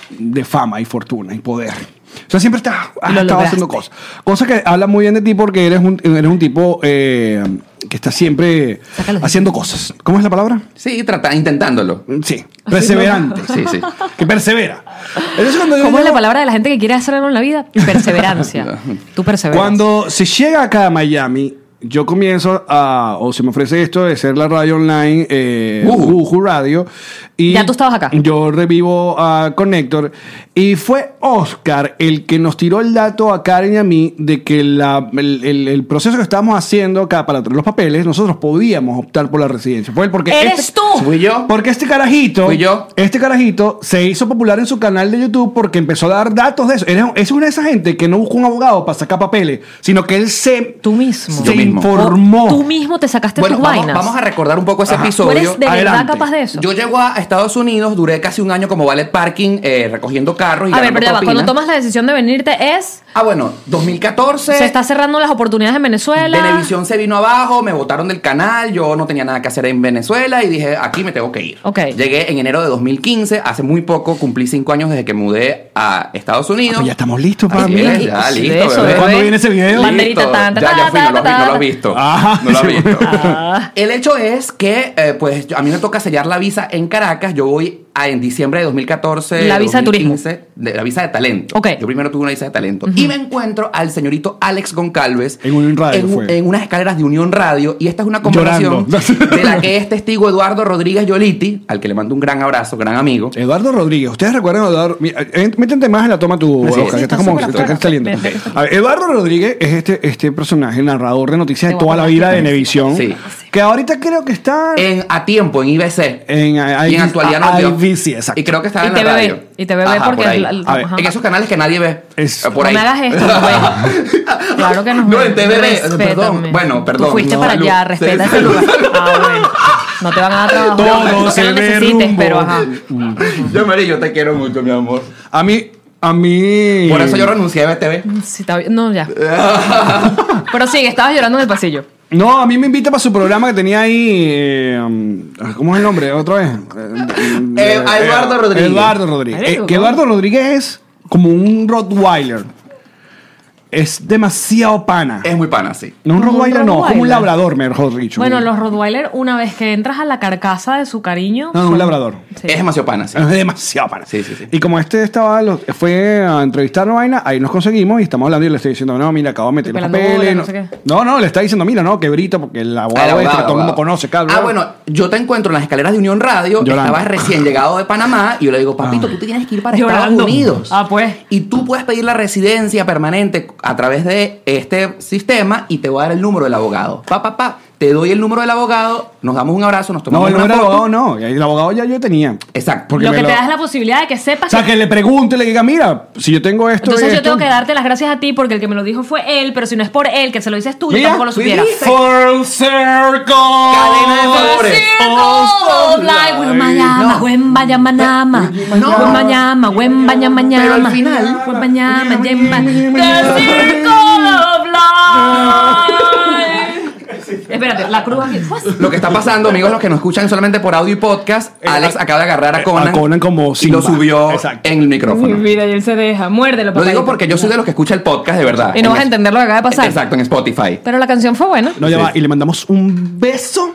Speaker 1: de fama y fortuna y poder. O sea, siempre estás has
Speaker 4: Lo
Speaker 1: estado
Speaker 4: lograste.
Speaker 1: haciendo cosas. Cosas que hablan muy bien de ti porque eres un, eres un tipo eh, que está siempre
Speaker 4: Sácalo.
Speaker 1: haciendo cosas. ¿Cómo es la palabra?
Speaker 3: Sí, trata, intentándolo.
Speaker 1: Sí, perseverante.
Speaker 2: (laughs)
Speaker 3: Sí, sí.
Speaker 1: Que persevera. Entonces, cuando yo
Speaker 2: ¿Cómo es la
Speaker 1: llego-
Speaker 2: palabra de la gente que quiere hacer algo en la
Speaker 3: (laughs)
Speaker 2: vida? Perseverancia. Tú perseveras.
Speaker 1: Cuando se llega acá a Miami, yo comienzo a, o se me ofrece esto de ser la radio online, eh,
Speaker 3: Ujú.
Speaker 1: Ujú Radio. Y
Speaker 2: Uh. Ya tú estabas acá.
Speaker 1: Yo revivo a Connector. Y fue Oscar el que nos tiró el dato a Karen y a mí de que la- el, el- el proceso que estábamos haciendo acá para traer los papeles, nosotros podíamos optar por la residencia. Fue él porque...
Speaker 2: ¡Eres
Speaker 1: este-
Speaker 2: tú!
Speaker 3: Fui yo.
Speaker 1: porque este carajito,
Speaker 3: Fui yo.
Speaker 1: este carajito se hizo popular en su canal de YouTube porque empezó a dar datos de eso. Era- Es una de esas gente que no busca un abogado para sacar papeles, sino que él se,
Speaker 2: Tú mismo.
Speaker 1: se
Speaker 3: Yo mismo.
Speaker 1: informó.
Speaker 2: Oh, Tú mismo te sacaste
Speaker 3: Bueno,
Speaker 2: tus
Speaker 3: vamos,
Speaker 2: vainas.
Speaker 3: vamos a recordar un poco ese
Speaker 2: ¿Tú
Speaker 3: episodio.
Speaker 2: eres de verdad
Speaker 1: Adelante.
Speaker 2: capaz de eso?
Speaker 3: Yo llego a Estados Unidos, duré casi un año como valet parking, eh, recogiendo carros y
Speaker 2: a ver,
Speaker 3: ganando
Speaker 2: pero ya va. Cuando
Speaker 3: propina.
Speaker 2: tomas la decisión de venirte es...
Speaker 3: Ah, bueno, 2014.
Speaker 2: Se está cerrando las oportunidades en Venezuela.
Speaker 3: Venevisión se vino abajo, me botaron del canal, yo no tenía nada que hacer en Venezuela y dije, aquí me tengo que ir.
Speaker 2: Ok.
Speaker 3: Llegué en enero de 2015, hace muy poco, cumplí cinco años desde que mudé a Estados
Speaker 1: Ah,
Speaker 3: Unidos.
Speaker 1: pues ya estamos listos para
Speaker 3: Así
Speaker 1: mí.
Speaker 3: es, ya,
Speaker 2: Sí,
Speaker 3: listo,
Speaker 2: eso,
Speaker 3: bebé.
Speaker 2: bebé.
Speaker 1: ¿Cuándo viene ese video?
Speaker 2: Banderita
Speaker 3: Listo,
Speaker 2: tan, tan,
Speaker 3: ya, ya fui, no lo, vi-
Speaker 2: tan,
Speaker 3: no lo has
Speaker 2: tan.
Speaker 3: visto.
Speaker 1: Ah.
Speaker 3: no lo
Speaker 1: (laughs)
Speaker 3: has visto.
Speaker 2: Ah.
Speaker 3: El hecho es que, eh, pues, yo- a mí me toca sellar la visa en Caracas. Yo voy a, en diciembre de 2014.
Speaker 2: La visa de turismo.
Speaker 3: 2015, de la visa de talento.
Speaker 2: Ok.
Speaker 3: Yo primero tuve una visa de talento. Y me encuentro al señorito Alex Goncalves.
Speaker 1: En Unión Radio
Speaker 3: En,
Speaker 1: fue.
Speaker 3: en unas escaleras de Unión Radio. Y esta es una conversación
Speaker 1: (laughs) Llorando.
Speaker 3: de la que es testigo Eduardo Rodríguez Yoliti, al que le mando un gran abrazo, gran amigo.
Speaker 1: Eduardo Rodríguez, ustedes recuerdan a Eduardo. Mira, eh, Métete más en la toma tu
Speaker 3: Así
Speaker 1: boca,
Speaker 3: es.
Speaker 1: que está
Speaker 2: Sí,
Speaker 1: como
Speaker 2: está
Speaker 1: está- está saliendo.
Speaker 2: súper claro.
Speaker 1: A ver, Eduardo Rodríguez es este, este personaje, narrador de noticias de
Speaker 2: Te voy a
Speaker 1: toda la
Speaker 2: poner
Speaker 1: vida
Speaker 2: aquí
Speaker 1: de Nevisión.
Speaker 3: Sí.
Speaker 1: Que ahorita creo que está
Speaker 3: En A Tiempo, en IBC.
Speaker 1: en,
Speaker 3: y en actualidad no dio.
Speaker 1: IBC, exacto.
Speaker 3: Y creo que estaba
Speaker 2: Y
Speaker 3: en
Speaker 2: TVB,
Speaker 3: la radio.
Speaker 2: y TVB porque
Speaker 3: por ahí.
Speaker 2: la- la-
Speaker 1: A ver,
Speaker 2: ajá.
Speaker 3: En esos canales que nadie ve.
Speaker 1: Es-
Speaker 3: Eh, por
Speaker 2: no
Speaker 3: ahí.
Speaker 2: me hagas esto,
Speaker 3: (laughs)
Speaker 2: güey. Claro que no.
Speaker 3: No,
Speaker 2: güey.
Speaker 3: en TVB,
Speaker 2: Respétame.
Speaker 3: eh, perdón. Bueno, perdón.
Speaker 2: Tú fuiste
Speaker 3: No,
Speaker 2: para
Speaker 3: salud.
Speaker 2: allá,
Speaker 3: Sí,
Speaker 2: respeta ese
Speaker 3: salud.
Speaker 2: lugar. Ah, bueno. No te van a dar trabajo.
Speaker 1: Todo
Speaker 2: no
Speaker 1: se
Speaker 2: lo
Speaker 1: ve
Speaker 2: necesites,
Speaker 1: rumbo.
Speaker 2: pero ajá.
Speaker 3: (laughs) Yo, Mary, yo te quiero mucho, mi amor.
Speaker 1: A mí, a mí.
Speaker 3: Por eso yo renuncié a BTV.
Speaker 2: Sí, está bien. No,
Speaker 3: (laughs)
Speaker 2: ya. Pero sigue, estabas llorando en el pasillo.
Speaker 1: No, a mí me invita para su programa que tenía ahí. eh, um, ¿Cómo es el nombre? Otra vez. Eh,
Speaker 3: (laughs) Eh, a Eduardo Rodríguez.
Speaker 1: Eduardo Rodríguez.
Speaker 2: Marico,
Speaker 1: Eh, que Eduardo Rodríguez es como un Rottweiler. Es demasiado pana.
Speaker 3: Es muy pana, sí.
Speaker 1: No un
Speaker 2: Como un
Speaker 1: Rottweiler, no, como un
Speaker 2: Rottweiler.
Speaker 1: labrador, mejor dicho.
Speaker 2: Bueno, los Rottweiler, una vez que entras a la carcasa de su cariño.
Speaker 1: No, Ah, un
Speaker 2: son-
Speaker 1: labrador.
Speaker 2: Sí.
Speaker 3: Es demasiado pana, sí.
Speaker 1: Es demasiado pana.
Speaker 3: Sí, sí, sí.
Speaker 1: Y como este estaba, lo- fue a entrevistar a vaina, ahí nos conseguimos y estamos hablando y le estoy diciendo, no, mira, acabo de meter los
Speaker 2: Estoy
Speaker 1: papeles.
Speaker 2: pelando
Speaker 1: no,
Speaker 2: bola, no sé qué.
Speaker 1: no, no, le está diciendo, mira, no, que brita, porque el abogado,
Speaker 3: Ah, el
Speaker 1: este que
Speaker 3: abogado,
Speaker 1: todo el mundo
Speaker 3: abogado.
Speaker 1: conoce, cabrón.
Speaker 3: Ah, bueno, yo te encuentro en las escaleras de Unión Radio.
Speaker 1: Llorando.
Speaker 3: Estabas recién llegado de Panamá y yo le digo, papito,
Speaker 1: Ah.
Speaker 3: tú te tienes que ir para
Speaker 2: Llorando.
Speaker 3: Estados Unidos.
Speaker 2: Ah, pues.
Speaker 3: Y tú puedes pedir la residencia permanente a través de este sistema y te voy a dar el número del abogado. Pa, pa, pa. Te doy el número del abogado, nos damos un abrazo, nos
Speaker 1: No,
Speaker 3: tomamos
Speaker 1: el
Speaker 3: una
Speaker 1: número del
Speaker 3: foto.
Speaker 1: abogado no. El abogado ya yo tenía.
Speaker 3: Exacto.
Speaker 1: Porque
Speaker 2: Lo
Speaker 1: me
Speaker 2: que
Speaker 1: lo-
Speaker 2: te da es la posibilidad de que sepas
Speaker 1: O sea,
Speaker 2: que
Speaker 1: que le pregunte, le diga, mira, si yo tengo esto.
Speaker 2: Entonces
Speaker 1: y
Speaker 2: yo
Speaker 1: esto,
Speaker 2: tengo que darte las gracias a ti porque el que me lo dijo fue él, pero si no es por él, que se lo dices tú, yo
Speaker 1: Mira,
Speaker 2: tampoco lo supiera.
Speaker 1: ¿viste? Full circle.
Speaker 3: Cadena de favores.
Speaker 2: Circle, Black, buen mañana,
Speaker 3: No.
Speaker 2: buen vaya mañana,
Speaker 3: No.
Speaker 2: buen mañana, buen vaya mañana.
Speaker 3: Pero al final-
Speaker 2: buen mañana, buen ma-
Speaker 1: mañana.
Speaker 2: The Circle of Life. Espérate, la cruz aquí.
Speaker 3: Lo que está pasando, amigos, los que nos escuchan solamente por audio y podcast,
Speaker 1: Eh,
Speaker 3: Alex
Speaker 1: a-
Speaker 3: acaba de agarrar a
Speaker 1: eh,
Speaker 3: Conan,
Speaker 1: a Conan como
Speaker 3: y lo
Speaker 1: Simba.
Speaker 3: subió
Speaker 1: Exacto.
Speaker 3: en el micrófono.
Speaker 2: vida, y él se deja, muérdelo.
Speaker 3: Lo digo porque yo soy de los que escucha el podcast de verdad.
Speaker 2: Y no
Speaker 3: En
Speaker 2: vas a
Speaker 3: es-
Speaker 2: entender lo que acaba de pasar.
Speaker 3: Exacto, en Spotify.
Speaker 2: Pero la canción fue buena.
Speaker 1: No, ya va. Y le mandamos un beso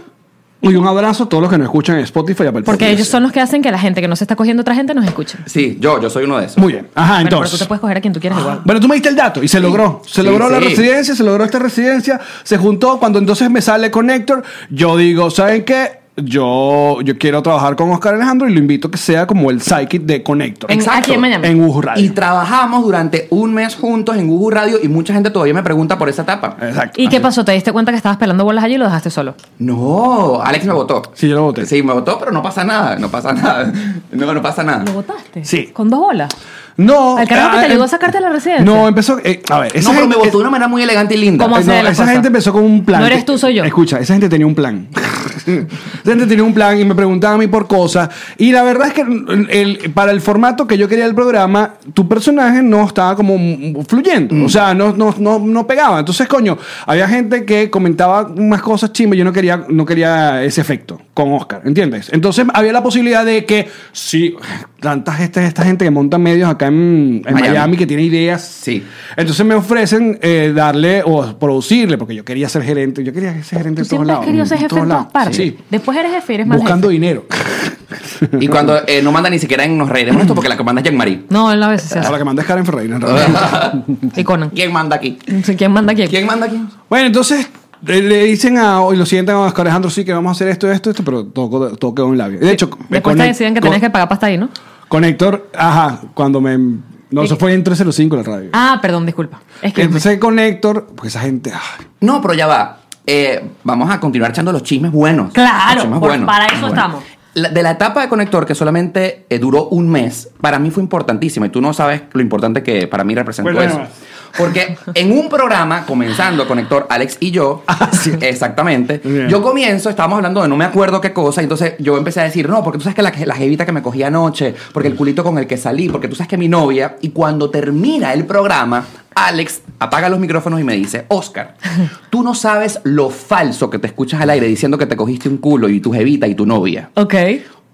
Speaker 1: y un abrazo a todos los que nos escuchan en Spotify y Apple
Speaker 2: Porque
Speaker 1: Podcasts.
Speaker 2: ellos son los que hacen que la gente que no se está cogiendo otra gente nos escuche.
Speaker 3: Sí, yo, yo soy uno de esos.
Speaker 1: Muy bien. Ajá,
Speaker 2: Bueno, pero tú te
Speaker 1: entonces.
Speaker 2: puedes coger a quien tú quieras
Speaker 3: Ah,
Speaker 2: igual.
Speaker 1: Bueno, tú me diste el dato y se logró. Se
Speaker 3: Sí,
Speaker 1: logró la
Speaker 3: sí.
Speaker 1: residencia, se logró esta residencia, se juntó. Cuando entonces me sale Connector, yo digo, ¿saben qué? Yo, yo quiero trabajar con Oscar Alejandro y lo invito a que sea como el psychic de Connector.
Speaker 2: En-
Speaker 3: Exacto.
Speaker 2: Aquí en Miami.
Speaker 1: En Uhu Radio.
Speaker 3: Y trabajamos durante un mes juntos en Google Radio y mucha gente todavía me pregunta por esa etapa.
Speaker 1: Exacto.
Speaker 2: ¿Y qué
Speaker 1: Así.
Speaker 2: pasó? ¿Te diste cuenta que estabas pelando bolas allí y lo dejaste solo?
Speaker 3: No, Alex me votó.
Speaker 1: Sí, yo lo voté.
Speaker 3: Sí, me votó, pero no pasa nada, no pasa nada. No, no pasa nada.
Speaker 2: votaste?
Speaker 1: Sí.
Speaker 2: ¿Con dos bolas?
Speaker 1: No.
Speaker 2: El carajo que te
Speaker 1: ah,
Speaker 2: ayudó
Speaker 1: em-
Speaker 2: a sacarte de la residencia.
Speaker 1: No, empezó. eh, a ver, esa
Speaker 3: no, pero me
Speaker 1: gente-
Speaker 3: votó de una manera muy elegante y linda.
Speaker 2: ¿Cómo
Speaker 3: Eh,
Speaker 1: Eh,
Speaker 2: hacer
Speaker 1: no,
Speaker 2: la
Speaker 1: esa
Speaker 2: cosa.
Speaker 1: gente empezó con un plan.
Speaker 2: No eres tú, soy yo.
Speaker 1: Escucha, esa gente tenía un plan. (laughs) esa gente tenía un plan y me preguntaban a mí por cosas. Y la verdad es que el- para el formato que yo quería del programa, tu personaje no estaba como mm, fluyendo. O sea, no, no, no, no pegaba. Entonces, coño, había gente que comentaba unas cosas chimbas. Yo no quería, no quería ese efecto con Oscar, ¿entiendes? Entonces, había la posibilidad de que, sí, tantas esta, esta gente que monta medios acá en, en
Speaker 3: Miami.
Speaker 1: Miami que tiene ideas
Speaker 3: Sí.
Speaker 1: entonces me ofrecen eh, darle o producirle, porque yo quería ser gerente, yo quería ser gerente
Speaker 2: Tú
Speaker 1: de todos
Speaker 2: siempre has
Speaker 1: lados.
Speaker 2: querido ser jefe en todas
Speaker 1: lados,
Speaker 2: partes.
Speaker 1: Sí.
Speaker 2: Después eres jefe y eres más
Speaker 1: Buscando
Speaker 2: jefe.
Speaker 1: dinero.
Speaker 3: Y cuando eh, no manda ni siquiera en Nos Reiremos de esto porque la que manda
Speaker 1: (laughs)
Speaker 3: es Jean-Marie.
Speaker 2: No, él a veces se hace.
Speaker 1: Ahora que mandas Karen Ferreira. en realidad.
Speaker 2: Y Conan.
Speaker 3: ¿Quién manda aquí?
Speaker 2: No sé ¿Quién manda a quién?
Speaker 3: ¿Quién manda aquí?
Speaker 1: bueno, entonces eh, le dicen a, y lo sientan a Oscar Alejandro, sí, que vamos a hacer esto, esto, esto, pero todo, todo quedó en labio. De hecho,
Speaker 2: Después te deciden que
Speaker 1: con,
Speaker 2: tenías que pagar pasta ahí, ¿no?
Speaker 1: con Héctor, ajá, cuando me... No, eso fue en 305 la radio.
Speaker 2: Ah, perdón, disculpa. Es que
Speaker 1: Entonces con Héctor, porque esa gente... ay,
Speaker 3: No, pero ya va. Eh, vamos a continuar echando los chismes buenos.
Speaker 2: Claro,
Speaker 3: Los chismes
Speaker 2: por- para eso
Speaker 3: Bueno.
Speaker 2: estamos.
Speaker 3: La- de la etapa de Conector, que solamente eh, duró un mes, para mí fue importantísima. Y tú no sabes lo importante que para mí representó
Speaker 1: Cuéntame
Speaker 3: eso.
Speaker 1: más.
Speaker 3: Porque en un programa, comenzando Conector, Alex y yo, exactamente,
Speaker 1: Bien.
Speaker 3: yo comienzo, estábamos hablando de no me acuerdo qué cosa, y entonces yo empecé a decir, no, porque tú sabes que la, la jevita que me cogí anoche, porque el culito con el que salí, porque tú sabes que mi novia, y cuando termina el programa, Alex apaga los micrófonos y me dice, Oscar, tú no sabes lo falso que te escuchas al aire diciendo que te cogiste un culo y tu jevita y tu novia.
Speaker 2: Ok.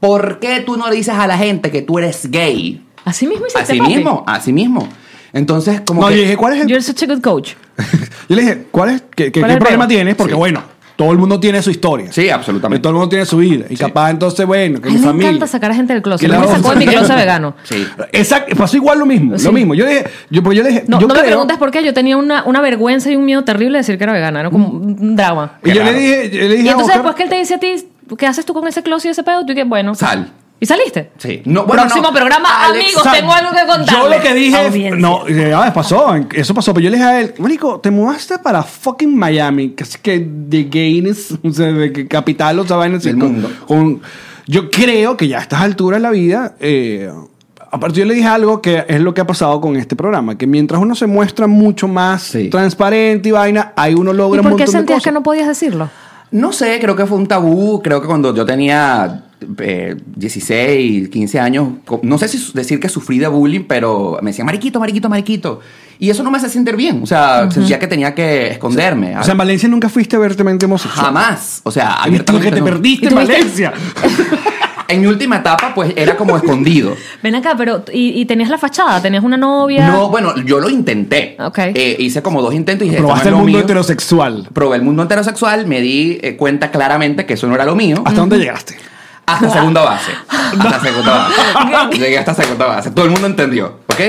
Speaker 3: ¿Por qué tú no le dices a la gente que tú eres gay?
Speaker 2: Así mismo hiciste,
Speaker 3: Así
Speaker 2: papi.
Speaker 3: mismo, así mismo. Entonces, como
Speaker 1: No,
Speaker 3: que...
Speaker 1: yo dije, ¿cuál es el
Speaker 2: You're such a good coach.
Speaker 1: (laughs) Yo le dije, ¿cuál es, qué, qué-
Speaker 2: ¿Cuál es
Speaker 1: qué
Speaker 2: el
Speaker 1: problema
Speaker 2: peo?
Speaker 1: tienes? Porque
Speaker 3: Sí.
Speaker 1: bueno, todo el mundo tiene su historia.
Speaker 3: Sí, absolutamente.
Speaker 1: Todo el mundo tiene su vida. Y capaz entonces, bueno, que
Speaker 2: A
Speaker 1: mi
Speaker 2: él le
Speaker 1: familia.
Speaker 2: encanta sacar a gente del closet.
Speaker 1: Que
Speaker 2: No
Speaker 1: la
Speaker 2: me sacó de mi
Speaker 1: otra.
Speaker 2: closet vegano.
Speaker 3: Sí.
Speaker 1: Exacto, pasó igual lo mismo,
Speaker 2: Sí.
Speaker 1: lo mismo. Yo dije, yo, porque yo le dije,
Speaker 2: No,
Speaker 1: yo
Speaker 2: no me
Speaker 1: creo-
Speaker 2: preguntes por qué. Yo tenía una, una vergüenza y un miedo terrible de decir que era vegana. Era como un drama.
Speaker 1: Y yo le
Speaker 3: Claro.
Speaker 1: dije, yo le
Speaker 2: Y
Speaker 1: dije a
Speaker 2: entonces
Speaker 1: Oscar-
Speaker 2: después que él te dice a ti, ¿qué haces tú con ese closet y ese pedo? Tú que bueno.
Speaker 3: Sal.
Speaker 2: ¿Y saliste?
Speaker 3: Sí. No, bueno,
Speaker 2: Próximo
Speaker 3: no.
Speaker 2: programa,
Speaker 3: Alex,
Speaker 2: amigos,
Speaker 1: sea,
Speaker 2: tengo algo que contar.
Speaker 1: Yo lo que dije, no, ya pasó, eso pasó, pero yo le dije a él, marico, te mudaste para fucking Miami, que es que de gaines, (laughs) o sea, de que capital, o sea, vainas
Speaker 3: Del
Speaker 1: y con-
Speaker 3: mundo.
Speaker 1: con- yo creo que ya a estas alturas de la vida, eh, aparte yo le dije algo que es lo que ha pasado con este programa, que mientras uno se muestra mucho más
Speaker 3: Sí.
Speaker 1: transparente y vaina, ahí uno
Speaker 2: ¿Y
Speaker 1: logra un
Speaker 2: por qué
Speaker 1: montón de
Speaker 2: sentías
Speaker 1: cosas.
Speaker 2: que no podías decirlo?
Speaker 3: No sé, creo que fue un tabú. Creo que cuando yo tenía eh, 16, 15 años, co- no sé si su- decir que sufrí de bullying, pero me decían mariquito, mariquito, mariquito. Y eso no me hace sentir bien. O sea, sentía que tenía que esconderme.
Speaker 1: O sea, en Valencia nunca fuiste abiertamente homosexual.
Speaker 3: Jamás. O sea,
Speaker 1: Lo que
Speaker 3: abiertamente
Speaker 1: te
Speaker 3: no.
Speaker 1: perdiste
Speaker 2: ¿Y
Speaker 1: en
Speaker 2: tuviste-
Speaker 1: Valencia.
Speaker 3: En mi última etapa, pues era como
Speaker 1: (laughs)
Speaker 3: escondido.
Speaker 2: Ven acá, pero. ¿Y, y tenías la fachada? ¿Tenías una novia?
Speaker 3: No, bueno, yo lo intenté.
Speaker 2: Ok.
Speaker 3: Eh, hice como dos intentos y dije, "Esto no es
Speaker 1: Probaste el
Speaker 3: lo
Speaker 1: mundo
Speaker 3: mío".
Speaker 1: heterosexual.
Speaker 3: Probé el mundo heterosexual, me di eh, cuenta claramente que eso no era lo mío.
Speaker 1: ¿Hasta dónde llegaste? (laughs)
Speaker 3: Hasta segunda base. Hasta segunda base. Llegué hasta segunda base. Todo el mundo entendió, ¿ok?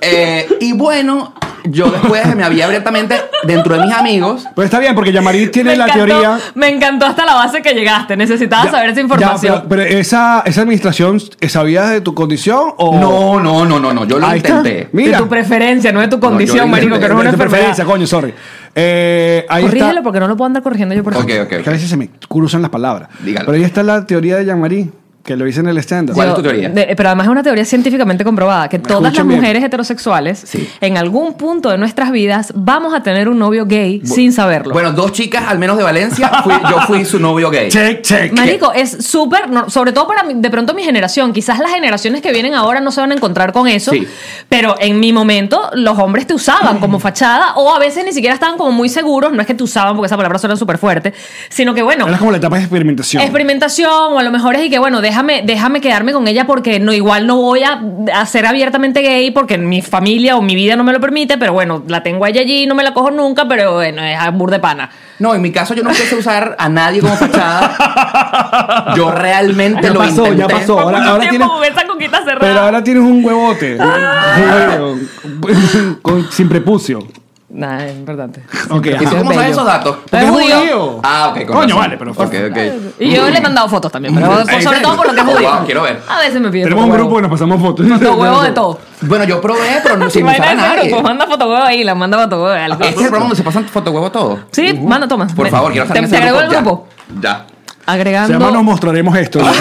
Speaker 3: Eh, y bueno, yo después me había abiertamente dentro de mis amigos.
Speaker 1: Pero Pues está bien, porque Yamari tiene
Speaker 2: Me
Speaker 1: la
Speaker 2: encantó-
Speaker 1: teoría.
Speaker 2: Me encantó hasta la base que llegaste. Necesitaba
Speaker 1: Ya,
Speaker 2: saber esa
Speaker 1: ya,
Speaker 2: información.
Speaker 1: pero- pero esa, esa administración sabía de tu condición o.
Speaker 3: No, no, no, no, no. Yo lo
Speaker 1: Oh. Ahí está.
Speaker 3: intenté.
Speaker 1: Mira.
Speaker 2: De tu preferencia, no de tu
Speaker 3: yo
Speaker 2: condición,
Speaker 3: dije-
Speaker 2: marico, que no es una
Speaker 1: de tu preferencia,
Speaker 2: enfermedad.
Speaker 1: coño, sorry. Eh, ahí
Speaker 2: Corrígelo
Speaker 1: está.
Speaker 2: porque no lo puedo andar corrigiendo yo por
Speaker 3: Ok,
Speaker 2: ejemplo.
Speaker 3: ok.
Speaker 1: Es que a veces se me cruzan las palabras.
Speaker 3: Dígalo.
Speaker 1: Pero ahí está la teoría de Yamari, que lo hice en el stand-up.
Speaker 3: ¿Cuál es tu teoría?
Speaker 2: de- eh, pero además es una teoría científicamente comprobada que todas
Speaker 1: Escuchen
Speaker 2: las
Speaker 1: bien.
Speaker 2: mujeres heterosexuales
Speaker 3: Sí.
Speaker 2: en algún punto de nuestras vidas vamos a tener un novio gay sin saberlo.
Speaker 3: Bueno, dos chicas, al menos de Valencia, fui- yo fui su novio gay.
Speaker 1: Check, check.
Speaker 2: Marico, es súper, no, sobre todo para mi- de pronto mi generación, quizás las generaciones que vienen ahora no se van a encontrar con eso,
Speaker 3: Sí.
Speaker 2: pero en mi momento los hombres te usaban como fachada o a veces ni siquiera estaban como muy seguros, no es que te usaban porque esa palabra suena súper fuerte, sino que bueno,
Speaker 1: Era como la etapa de experimentación.
Speaker 2: experimentación o a lo mejor es y que bueno déjame déjame quedarme con ella porque no igual no voy a, a ser abiertamente gay porque mi familia o mi vida no me lo permite pero bueno la tengo a ella allí no me la cojo nunca pero bueno es ambur de pana
Speaker 3: No, en mi caso yo no quise usar a nadie como fachada. Yo realmente
Speaker 1: Ya
Speaker 3: lo
Speaker 1: pasó, ya
Speaker 3: intenté.
Speaker 1: pasó. Ahora-
Speaker 2: Por mucho
Speaker 1: ahora
Speaker 2: tiempo
Speaker 1: tienes-
Speaker 2: jugué esa coquita cerrada
Speaker 1: Pero ahora tienes un huevote.
Speaker 2: Ah.
Speaker 1: Un huevo, con- sin prepucio.
Speaker 2: Nah, es importante
Speaker 1: Ok,
Speaker 3: ¿Y tú
Speaker 1: ajá.
Speaker 3: cómo sabes
Speaker 2: bello.
Speaker 3: esos datos?
Speaker 1: Porque es
Speaker 2: judío.
Speaker 1: judío.
Speaker 3: Ah, ok, con
Speaker 1: Coño,
Speaker 3: razón.
Speaker 1: vale, pero-
Speaker 3: Ok, ok.
Speaker 2: y yo le he mandado fotos también pero
Speaker 3: Ahí
Speaker 2: por- sobre
Speaker 3: está.
Speaker 2: todo por lo que es
Speaker 3: Oh,
Speaker 2: judío
Speaker 3: wow, quiero ver.
Speaker 2: a veces me piden
Speaker 1: Tenemos un
Speaker 2: fotohuevo.
Speaker 1: grupo que nos pasamos fotos.
Speaker 2: Fotohuevo
Speaker 1: (laughs)
Speaker 2: de todo
Speaker 3: Bueno, yo probé, pero no sin usar a
Speaker 2: Imagínate ese
Speaker 3: nadie.
Speaker 2: grupo, pues manda fotohuevo ahí la manda fotohuevo algo.
Speaker 3: Este es el programa donde se pasan fotohuevos todos.
Speaker 2: sí manda toma
Speaker 3: Por
Speaker 2: Ven.
Speaker 3: favor, quiero estar
Speaker 2: te,
Speaker 3: en
Speaker 2: te
Speaker 3: ese
Speaker 2: agrego
Speaker 3: grupo.
Speaker 2: el grupo
Speaker 1: Se
Speaker 3: Ya.
Speaker 1: llama Nos (laughs)
Speaker 2: agregando
Speaker 1: mostraremos esto.
Speaker 3: ya.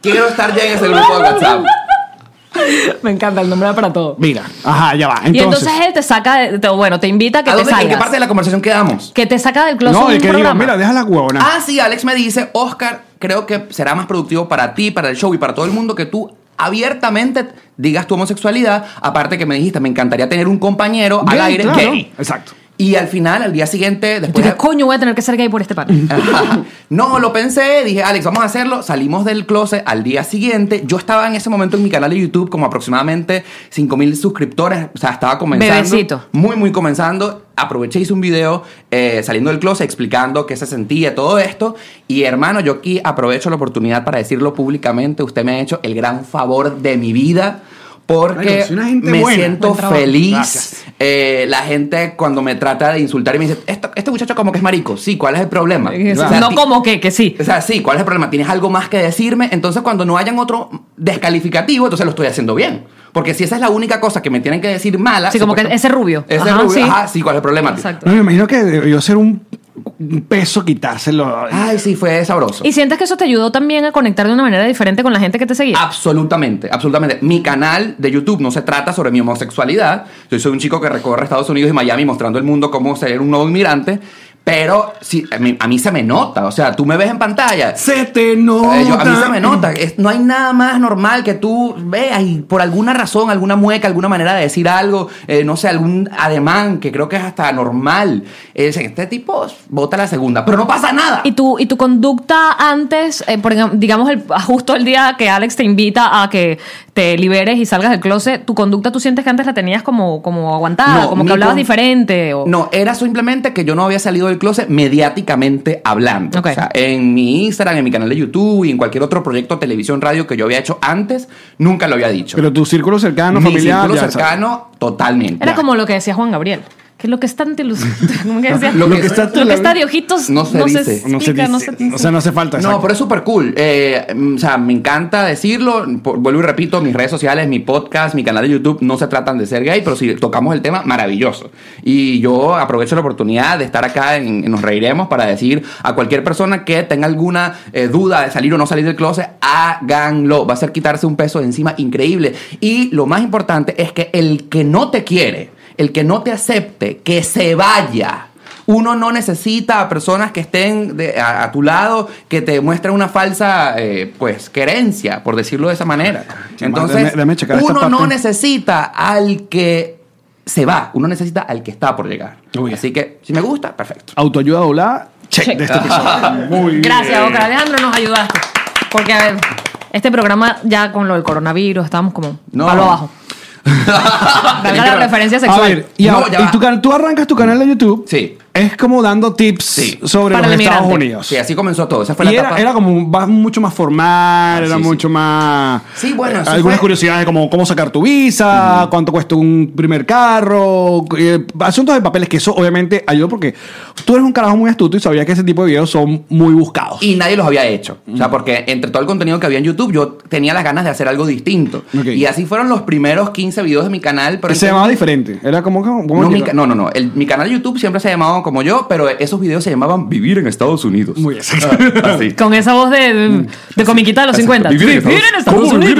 Speaker 3: Quiero estar ya en ese
Speaker 2: (laughs)
Speaker 3: grupo de WhatsApp.
Speaker 2: Me encanta, el nombre da para todo.
Speaker 1: Mira, ajá, ya va.
Speaker 2: y entonces él te saca, de- te- bueno, te invita a que
Speaker 3: ¿A
Speaker 2: te
Speaker 3: dónde,
Speaker 2: salgas.
Speaker 3: ¿En qué parte de la conversación quedamos?
Speaker 2: Que te saca del closet
Speaker 1: no,
Speaker 2: de
Speaker 1: el
Speaker 2: un
Speaker 1: que diga,
Speaker 2: programa.
Speaker 1: mira, deja la huevona.
Speaker 3: Ah, sí, Alex me dice, Oscar, creo que será más productivo para ti, para el show y para todo el mundo que tú abiertamente digas tu homosexualidad. Aparte que me dijiste, me encantaría tener un compañero al
Speaker 1: Gay,
Speaker 3: aire
Speaker 1: claro,
Speaker 3: gay.
Speaker 1: Exacto.
Speaker 3: Y al final, al día
Speaker 2: Y
Speaker 3: siguiente,
Speaker 2: tú
Speaker 3: después...
Speaker 2: dices, coño, voy a tener que ser gay por este pan.
Speaker 3: Ah, (laughs) no, lo pensé, dije, Alex, vamos a hacerlo. Salimos del closet al día siguiente. Yo estaba en ese momento en mi canal de YouTube como aproximadamente 5000 suscriptores. O sea, estaba comenzando.
Speaker 2: Bebecito.
Speaker 3: Muy, muy comenzando. Aproveché, hice un video eh, saliendo del closet explicando qué se sentía, todo esto. Y hermano, yo aquí aprovecho la oportunidad para decirlo públicamente. Usted me ha hecho el gran favor de mi vida. Porque
Speaker 1: Bueno, soy una gente
Speaker 3: me
Speaker 1: buena.
Speaker 3: siento
Speaker 1: Buen trabajo.
Speaker 3: feliz.
Speaker 1: Gracias.
Speaker 3: Eh, la gente cuando me trata de insultar y me dice, "Esto- este muchacho como que es marico. Sí, ¿cuál es el problema? O sea,
Speaker 2: no
Speaker 3: ti-
Speaker 2: como (laughs) que, que sí.
Speaker 3: O sea, sí, ¿cuál es el problema? ¿Tienes algo más que decirme? Entonces, cuando no hayan otro descalificativo, entonces lo estoy haciendo bien. Porque si esa es la única cosa que me tienen que decir mala.
Speaker 2: Sí, como que
Speaker 3: supuesto-
Speaker 2: ese rubio.
Speaker 3: Ese
Speaker 2: Ajá,
Speaker 3: rubio,
Speaker 2: sí.
Speaker 3: ajá, sí, ¿cuál es el problema?
Speaker 2: Exacto.
Speaker 1: No, me imagino que debió ser un, un peso quitárselo.
Speaker 2: Ah.
Speaker 3: Ay, sí, fue sabroso.
Speaker 2: Y sientes que eso te ayudó también a conectar de una manera diferente con la gente que te
Speaker 3: Ah,
Speaker 2: seguía.
Speaker 3: Absolutamente, absolutamente. Mi canal de YouTube no se trata sobre mi homosexualidad. Yo soy un chico que recorre Estados Unidos y Miami mostrando al mundo cómo ser un nuevo inmigrante. Pero sí, a, mí, a mí se me nota. O sea, tú me ves en pantalla.
Speaker 1: Se te nota.
Speaker 3: Eh, yo- a mí se me nota. Es- no hay nada más normal que tú veas y por alguna razón, alguna mueca, alguna manera de decir algo, eh, no sé, algún ademán que creo que es hasta normal. Es, este tipo bota la segunda, pero no pasa nada.
Speaker 2: Y tu, y tu conducta antes, eh, por ejemplo, digamos, el, justo el día que Alex te invita a que te liberes y salgas del closet, tu conducta tú sientes que antes la tenías como, como aguantada,
Speaker 3: No,
Speaker 2: como
Speaker 3: mi
Speaker 2: que hablabas
Speaker 3: con-
Speaker 2: diferente. O...
Speaker 3: No, era simplemente que yo no había salido del closet mediáticamente hablando.
Speaker 2: Ok.
Speaker 3: O sea, en mi Instagram, en mi canal de YouTube y en cualquier otro proyecto, televisión, radio que yo había hecho antes, nunca lo había dicho.
Speaker 1: Pero tu círculo cercano,
Speaker 3: mi
Speaker 1: familiar.
Speaker 3: círculo
Speaker 1: ya,
Speaker 3: cercano, totalmente.
Speaker 2: Era como lo que decía Juan Gabriel. Que lo que está ante los- (laughs) ¿cómo que decía?
Speaker 3: Lo que está
Speaker 1: ante
Speaker 2: lo que
Speaker 1: la-
Speaker 2: está de ojitos
Speaker 3: no se dice.
Speaker 1: ¿sabes? No se
Speaker 2: explica,
Speaker 1: dice.
Speaker 2: no se dice.
Speaker 1: O sea, no hace falta.
Speaker 3: No, pero es súper cool. Eh, mm, o sea, me encanta decirlo. Por- vuelvo y repito, mis redes sociales, mi podcast, mi canal de YouTube no se tratan de ser gay, pero si tocamos el tema, maravilloso. Y yo aprovecho la oportunidad de estar acá en, en Nos Reiremos para decir a cualquier persona que tenga alguna eh, duda de salir o no salir del closet, háganlo. Va a ser quitarse un peso de encima increíble. Y lo más importante es que el que no te quiere, el que no te acepte, que se vaya. Uno no necesita a personas que estén de- a, a tu lado, que te muestren una falsa, eh, pues, querencia, por decirlo de esa manera.
Speaker 1: Sí,
Speaker 3: Entonces,
Speaker 1: déjame- déjame checar esta
Speaker 3: uno no
Speaker 1: parte.
Speaker 3: necesita al que se va, uno necesita al que está por llegar.
Speaker 1: Uy.
Speaker 3: Así que, si me gusta,
Speaker 1: (laughs)
Speaker 3: perfecto.
Speaker 1: Autoayuda doblada, check,
Speaker 2: Check.
Speaker 1: de este
Speaker 2: (laughs)
Speaker 1: episodio. Muy
Speaker 2: Gracias,
Speaker 1: bien.
Speaker 2: Oscar Alejandro, nos ayudaste. Porque, a ver, este programa ya con lo del coronavirus estábamos como
Speaker 3: No.
Speaker 2: palo abajo. Valga la referencia sexual.
Speaker 1: A ver, y,
Speaker 3: No,
Speaker 1: ahora-
Speaker 3: ya va.
Speaker 1: y tu can- tú arrancas tu canal de YouTube.
Speaker 3: Sí.
Speaker 1: Es como dando tips
Speaker 3: Sí.
Speaker 1: sobre
Speaker 2: Para
Speaker 1: los
Speaker 2: el
Speaker 1: Estados
Speaker 2: migrante.
Speaker 1: Unidos.
Speaker 3: Sí, así comenzó todo. Esa
Speaker 1: y
Speaker 3: fue la
Speaker 1: era,
Speaker 3: etapa.
Speaker 1: era como un- va- mucho más formal,
Speaker 3: Ah,
Speaker 1: era
Speaker 3: sí, sí.
Speaker 1: mucho más.
Speaker 3: Sí, bueno, eso
Speaker 1: algunas
Speaker 3: fue-
Speaker 1: curiosidades como cómo sacar tu visa, cuánto cuesta un primer carro, eh, asuntos de papeles, que eso obviamente ayudó porque tú eres un carajo muy astuto y sabías que ese tipo de videos son muy buscados.
Speaker 3: Y nadie los había hecho. O
Speaker 1: Mm.
Speaker 3: sea, porque entre todo el contenido que había en YouTube, yo tenía las ganas de hacer algo distinto.
Speaker 1: Ok.
Speaker 3: Y así fueron los primeros 15 videos de mi canal. Pero
Speaker 1: se
Speaker 3: entendí-
Speaker 1: llamaba diferente. Era como. como- como-
Speaker 3: No, mi ca- no, no, no. El- mi canal de YouTube siempre se ha llamado como yo, pero esos videos se llamaban Vivir en Estados Unidos. Ah,
Speaker 1: Muy bien. (laughs)
Speaker 3: Así.
Speaker 2: Con esa voz de,
Speaker 1: Mm.
Speaker 2: de, de comiquita de los 50.
Speaker 5: ¿Cómo vivir en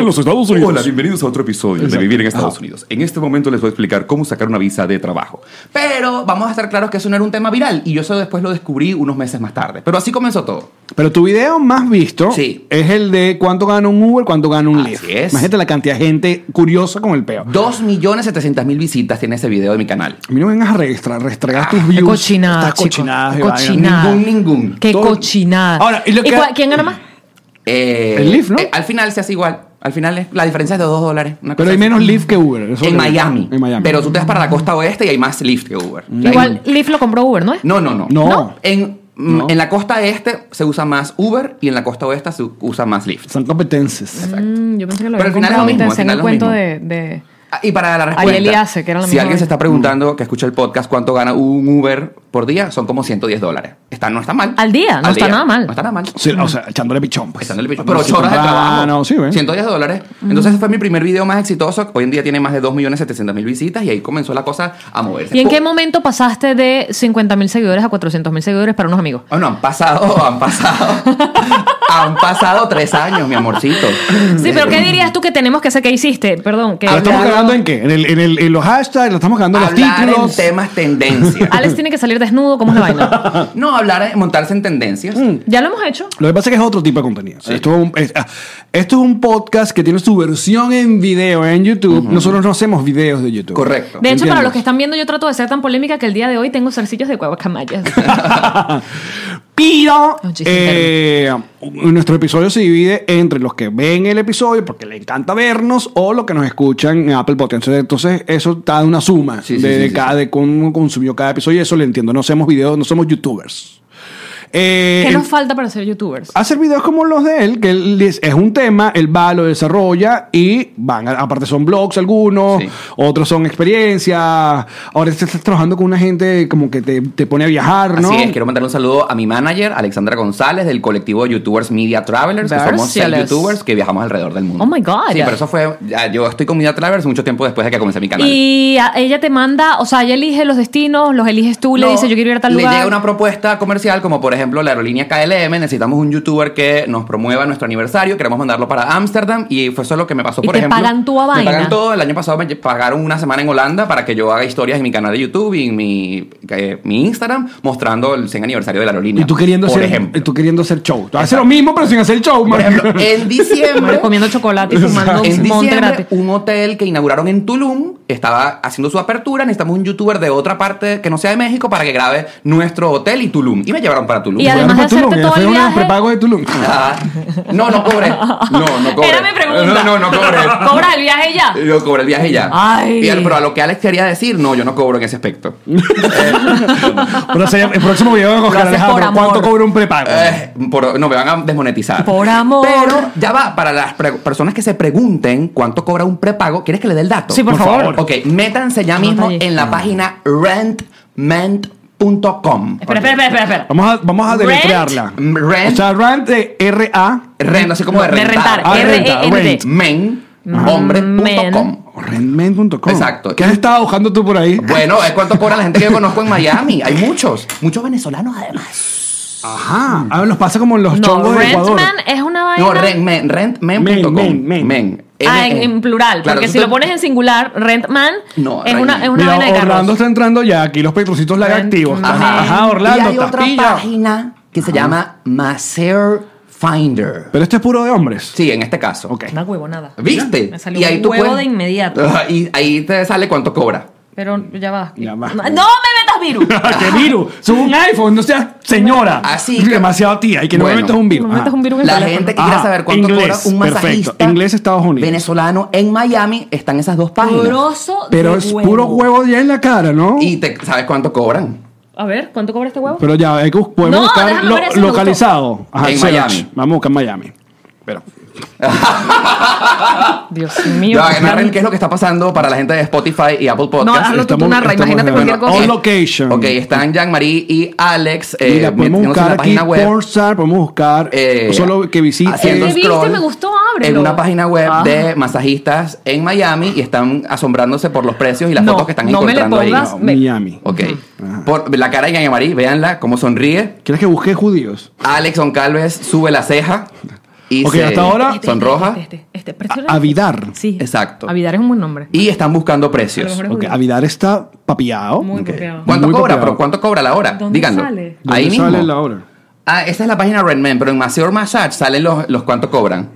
Speaker 5: los Estados Unidos?
Speaker 6: Hola, bienvenidos a otro episodio de Vivir en Estados Unidos. En este momento les voy a explicar cómo sacar una visa de trabajo.
Speaker 3: Pero vamos a estar claros que eso no era un tema viral y yo eso después lo descubrí unos meses más tarde. Pero así comenzó todo.
Speaker 1: Pero tu video más visto
Speaker 3: Sí.
Speaker 1: es el de cuánto gana un Uber, cuánto gana un
Speaker 3: Así
Speaker 1: Lyft.
Speaker 3: es.
Speaker 1: Imagínate la cantidad de gente curiosa con el peo.
Speaker 3: 2.700.000 visitas tiene ese video de mi canal.
Speaker 1: A mí no me vengas a registrar,
Speaker 3: Ah,
Speaker 1: restregar tus views.
Speaker 2: cochinada,
Speaker 1: Estas
Speaker 2: chico.
Speaker 1: cochinadas.
Speaker 2: Qué
Speaker 1: y vainas.
Speaker 2: cochinada. Nada.
Speaker 3: Ningún, ningún.
Speaker 2: Qué
Speaker 1: Todo-
Speaker 2: cochinada.
Speaker 1: Ahora, y lo que-
Speaker 2: cuál- ¿Quién gana más?
Speaker 3: Eh,
Speaker 1: El Lyft, ¿no?
Speaker 3: eh, al final se hace igual. Al final es- la diferencia es de 2 dólares. una
Speaker 1: Pero
Speaker 3: cosa
Speaker 1: hay
Speaker 3: así.
Speaker 1: menos Lyft que Uber. eso
Speaker 3: En
Speaker 1: lo-
Speaker 3: Miami.
Speaker 1: En Miami.
Speaker 3: Pero tú te vas para la costa oeste y hay más Lyft que Uber. O sea, hay-
Speaker 2: Igual, Leaf lo compró Uber, ¿no es?
Speaker 3: No, no, no.
Speaker 1: No.
Speaker 3: En, mm, en la costa este se usa más Uber y en la costa oeste se usa más Lyft.
Speaker 1: Son competencias.
Speaker 2: Mm, yo pensé que lo había
Speaker 3: Pero al final es
Speaker 2: comprado
Speaker 3: lo
Speaker 2: y
Speaker 3: mismo, al
Speaker 2: pensé en
Speaker 3: final
Speaker 2: el
Speaker 3: es lo
Speaker 2: cuento de...
Speaker 3: mismo.
Speaker 2: de-
Speaker 3: Ah, Y para la respuesta,
Speaker 2: Ariel y Ace, que era ¿eh? la
Speaker 3: si
Speaker 2: misma
Speaker 3: alguien
Speaker 2: vaina.
Speaker 3: se está
Speaker 2: Mm.
Speaker 3: preguntando, que escucha el podcast, cuánto gana un Uber por día, son como 110 dólares. Está, no está mal.
Speaker 2: Al día, no está nada mal.
Speaker 3: No está nada mal.
Speaker 1: Sí, o sea, echándole pichón, pues.
Speaker 3: Estando el bicho.
Speaker 1: Para
Speaker 3: Mm. Pero 8 horas de
Speaker 1: temprano,
Speaker 3: trabajo.
Speaker 1: sí, güey.
Speaker 3: 110 dólares. Entonces ese fue mi primer video más exitoso. Hoy en día tiene más de 2.700.000 visitas y ahí comenzó la cosa a moverse.
Speaker 2: ¿Y en
Speaker 3: Po-
Speaker 2: qué momento pasaste de 50.000 seguidores a 400.000 seguidores para unos amigos?
Speaker 3: Ah, no, (laughs) han pasado, han pasado. han pasado tres años, mi amorcito.
Speaker 2: Sí, pero ¿qué dirías tú que tenemos que hacer? ¿Qué hiciste? Perdón. que
Speaker 1: ¿Lo Ah, estamos
Speaker 3: Hablando-
Speaker 1: cagando en qué? ¿En, el, en, el, en los hashtags? ¿Lo estamos cagando en los
Speaker 3: Hablar en
Speaker 1: títulos?
Speaker 3: temas (laughs) tendencia.
Speaker 2: Alex tiene que salir desnudo. ¿Cómo es la
Speaker 3: (laughs)
Speaker 2: vaina?
Speaker 3: No, hablar, eh, montarse en tendencias.
Speaker 2: Ya lo hemos hecho.
Speaker 1: Lo que pasa es que es otro tipo de contenido. Esto, es un, es- ah, esto es un podcast que tiene su versión en video en YouTube. Nosotros no hacemos videos de YouTube.
Speaker 3: Correcto.
Speaker 2: De hecho, para
Speaker 1: Entiendo.
Speaker 2: los que están viendo, yo trato de ser tan polémica que el día de hoy tengo zarcillos de guaguacamayas.
Speaker 1: Pero
Speaker 2: Un chiste
Speaker 1: eh, nuestro episodio se divide entre los que ven el episodio porque le encanta vernos o los que nos escuchan en Apple Podcast. Entonces, eso da una suma
Speaker 3: Sí, sí,
Speaker 1: de,
Speaker 3: sí,
Speaker 1: de
Speaker 3: sí,
Speaker 1: cada, de cómo consumió cada episodio. Y eso le entiendo. No hacemos videos, no somos youtubers. Eh,
Speaker 2: ¿Qué nos
Speaker 1: en- Ah,
Speaker 2: falta para ser youtubers?
Speaker 1: Hacer videos como los de él, que él les- es un tema, él va, lo desarrolla y van. a- Aparte son blogs algunos,
Speaker 3: Sí.
Speaker 1: otros son experiencias. Ahora estás trabajando con una gente como que te, te pone a viajar, ¿no?
Speaker 3: Así es, quiero mandar un saludo a mi manager, Alexandra González, del colectivo de YouTubers Media Travelers, que somos seis
Speaker 2: Versiones.
Speaker 3: YouTubers que viajamos alrededor del mundo.
Speaker 2: Oh my God.
Speaker 3: Sí, pero eso fue. ya, yo estoy con Media Travelers mucho tiempo después de que comencé mi canal.
Speaker 2: Y a- ella te manda, o sea, ella elige los destinos, los eliges tú, le
Speaker 3: No,
Speaker 2: dice yo quiero ir a tal
Speaker 3: Le
Speaker 2: lugar.
Speaker 3: llega una propuesta comercial, como por ejemplo la aerolínea KLM, necesitamos un youtuber que nos promueva nuestro aniversario, queremos mandarlo para Ámsterdam y fue eso lo que me pasó,
Speaker 2: Y
Speaker 3: por
Speaker 2: te
Speaker 3: ejemplo.
Speaker 2: pagan tu
Speaker 3: Me
Speaker 2: vaina.
Speaker 3: pagan todo, el año pasado me pagaron una semana en Holanda para que yo haga historias en mi canal de YouTube y en mi, eh, mi Instagram mostrando el 100 aniversario de la aerolínea.
Speaker 1: Y tú queriendo,
Speaker 3: por
Speaker 1: hacer,
Speaker 3: ejemplo.
Speaker 1: y tú queriendo hacer show. Tú haces lo mismo, pero sin hacer show.
Speaker 3: Por
Speaker 1: man.
Speaker 3: ejemplo,
Speaker 1: (laughs)
Speaker 3: en diciembre.
Speaker 2: Madre, comiendo
Speaker 3: (laughs)
Speaker 2: chocolate y fumando
Speaker 3: En
Speaker 2: un monte
Speaker 3: diciembre,
Speaker 2: gratis.
Speaker 3: un hotel que inauguraron en Tulum estaba haciendo su apertura. Necesitamos un youtuber de otra parte que no sea de México para que grabe nuestro hotel y Tulum. Y me llevaron para Tulum.
Speaker 2: Y
Speaker 1: Bueno,
Speaker 2: además de
Speaker 1: para Tulum,
Speaker 2: hacerte
Speaker 1: ya
Speaker 2: todo el
Speaker 1: fue una
Speaker 2: viaje-
Speaker 1: prepago de
Speaker 2: (laughs)
Speaker 1: Tulum.
Speaker 3: Ah, no, no cobré. No, no cobré.
Speaker 2: Era mi pregunta.
Speaker 3: No, Eh, no, no cobré.
Speaker 2: Cobra el viaje ya.
Speaker 3: Yo cobré el viaje y ya.
Speaker 2: Ay.
Speaker 3: Bien, pero a lo que Alex quería decir, no, yo no cobro en ese aspecto.
Speaker 1: Pero o sea, el próximo video con Oscar
Speaker 2: haces por
Speaker 1: Alejandro.
Speaker 2: amor.
Speaker 1: ¿Cuánto cobra un prepago?
Speaker 3: Eh, por- no, me van a desmonetizar.
Speaker 2: Por amor.
Speaker 3: Pero ya va, para las pre- personas que se pregunten cuánto cobra un prepago, ¿quieres que le dé el dato?
Speaker 2: Sí, por Por favor.
Speaker 3: Ok, métanse ya
Speaker 2: Anota
Speaker 3: mismo
Speaker 2: allí.
Speaker 1: Mm.
Speaker 3: en la página rentment.com.
Speaker 2: Espera, espera, espera, espera, espera.
Speaker 1: Vamos a, vamos a
Speaker 2: Rent.
Speaker 1: deletrearla.
Speaker 3: Mm, Rent.
Speaker 1: O sea, Rant de R-A.
Speaker 3: Rent, así como de
Speaker 2: De
Speaker 3: rentar.
Speaker 2: rentar. E
Speaker 1: Ah,
Speaker 2: R-E-N-T.
Speaker 1: renta,
Speaker 3: Men, hombre.com.
Speaker 2: Mm, Men.
Speaker 1: Rentman.com.
Speaker 3: Exacto.
Speaker 1: ¿Qué has estado buscando tú por ahí?
Speaker 3: Bueno, es cuánto cobra la gente que yo conozco en Miami. Hay muchos, muchos venezolanos además.
Speaker 1: Ajá. A ver, nos pasa como en los
Speaker 2: No,
Speaker 1: chongos de Ecuador.
Speaker 2: Rentman es una vaina.
Speaker 3: No, rentmen, rentmen.com.
Speaker 1: Men, men, men.
Speaker 2: Ah,
Speaker 3: N-E.
Speaker 2: en, en plural.
Speaker 3: E Claro,
Speaker 2: porque
Speaker 3: tú
Speaker 2: si
Speaker 3: te-
Speaker 2: lo pones en singular, Rentman
Speaker 3: No,
Speaker 2: es
Speaker 3: Rentman.
Speaker 2: una, es una
Speaker 1: Mira,
Speaker 2: vaina de
Speaker 1: Orlando
Speaker 2: carros.
Speaker 1: está entrando ya aquí, los petrocitos lag
Speaker 2: Rent-
Speaker 1: activos.
Speaker 2: Ajá.
Speaker 1: Ajá, Ajá Orlando,
Speaker 3: y hay otra
Speaker 1: tapilla.
Speaker 3: página que se llama Maser Finder.
Speaker 1: Pero este es puro de hombres.
Speaker 3: Sí, en este caso.
Speaker 1: Ok.
Speaker 2: Una huevonada.
Speaker 3: ¿Viste?
Speaker 2: Me salió un huevo de inmediato.
Speaker 3: Ajá, Ah, y ahí te sale cuánto cobra.
Speaker 2: Pero ya va.
Speaker 1: Ya va.
Speaker 2: No, no me metas (laughs) virus.
Speaker 1: (laughs) ¡Qué virus! ¡Son un iPhone! ¡No seas señora!
Speaker 3: Así que-
Speaker 1: Demasiado tía. Y que
Speaker 3: Bueno.
Speaker 1: no me metas un virus.
Speaker 2: No me metas
Speaker 1: Ajá.
Speaker 2: un virus en el
Speaker 3: La
Speaker 2: teléfono.
Speaker 3: gente que quiera
Speaker 1: Ajá,
Speaker 3: saber cuánto
Speaker 1: inglés,
Speaker 3: cobra un
Speaker 1: perfecto.
Speaker 3: masajista
Speaker 1: Inglés, Estados Unidos.
Speaker 3: venezolano en Miami están esas dos páginas.
Speaker 2: Grosso
Speaker 1: Ah. Pero
Speaker 2: de
Speaker 1: es puro huevo ya en la cara, ¿no?
Speaker 3: Y te, sabes cuánto cobran.
Speaker 2: A ver, ¿cuánto cobra este huevo?
Speaker 1: Pero ya, hay que bus- podemos
Speaker 2: No,
Speaker 1: buscar
Speaker 2: déjame
Speaker 1: lo-
Speaker 2: ver ese, me
Speaker 1: localizado. Ajá,
Speaker 3: En
Speaker 1: search.
Speaker 3: Miami. eh,
Speaker 1: Vamos a buscar Miami. Pero,
Speaker 2: Dios mío.
Speaker 3: Ya, narren ¿Qué es lo que está pasando para la gente de Spotify y Apple Podcast?
Speaker 2: No, hazlo tú, tú
Speaker 1: Estamos-
Speaker 2: narra.
Speaker 1: estamos-
Speaker 2: Imagínate cualquier
Speaker 1: bueno,
Speaker 2: cosa.
Speaker 1: on location.
Speaker 3: Ok, están Jean-Marie y Alex eh,
Speaker 1: mira, podemos
Speaker 3: metiéndose en
Speaker 1: buscar
Speaker 3: la
Speaker 1: aquí
Speaker 3: página web.
Speaker 1: Pornstar, podemos buscar
Speaker 3: eh,
Speaker 1: solo que visite.
Speaker 3: haciendo
Speaker 2: ¿Qué viste?
Speaker 3: scroll
Speaker 2: Me gustó, ábrelo.
Speaker 3: En una página web
Speaker 2: Ah.
Speaker 3: de masajistas en Miami y están asombrándose por los precios y las
Speaker 2: No,
Speaker 3: fotos que están
Speaker 2: no me le
Speaker 3: encontrando
Speaker 2: pongas-
Speaker 3: ahí.
Speaker 2: me-
Speaker 1: Miami.
Speaker 3: Ok. Por la cara de Yanya Marí, véanla cómo sonríe.
Speaker 1: ¿Quieres que busque judíos?
Speaker 3: Alex Oncalves sube la ceja y
Speaker 1: Ok,
Speaker 3: se
Speaker 1: hasta ahora-
Speaker 3: sonroja.
Speaker 2: Este, este, este,
Speaker 1: A-
Speaker 2: presiona-
Speaker 1: Avidar.
Speaker 2: Sí.
Speaker 3: Exacto.
Speaker 2: Avidar es un buen nombre.
Speaker 3: Y están buscando
Speaker 2: A lo
Speaker 3: precios.
Speaker 2: mejor es
Speaker 1: Ok,
Speaker 2: judío.
Speaker 1: Avidar está papiado.
Speaker 2: Muy
Speaker 1: Ok.
Speaker 2: copiado.
Speaker 3: ¿Cuánto
Speaker 1: Muy
Speaker 3: cobra?
Speaker 1: papeado.
Speaker 3: Pero ¿Cuánto cobra la hora?
Speaker 2: ¿Dónde
Speaker 3: Díganlo.
Speaker 2: sale?
Speaker 1: ¿Dónde
Speaker 3: Ahí mismo.
Speaker 1: sale la hora?
Speaker 3: Ah, esa es la página Redman, pero en Masseur Massage salen los, los cuánto cobran.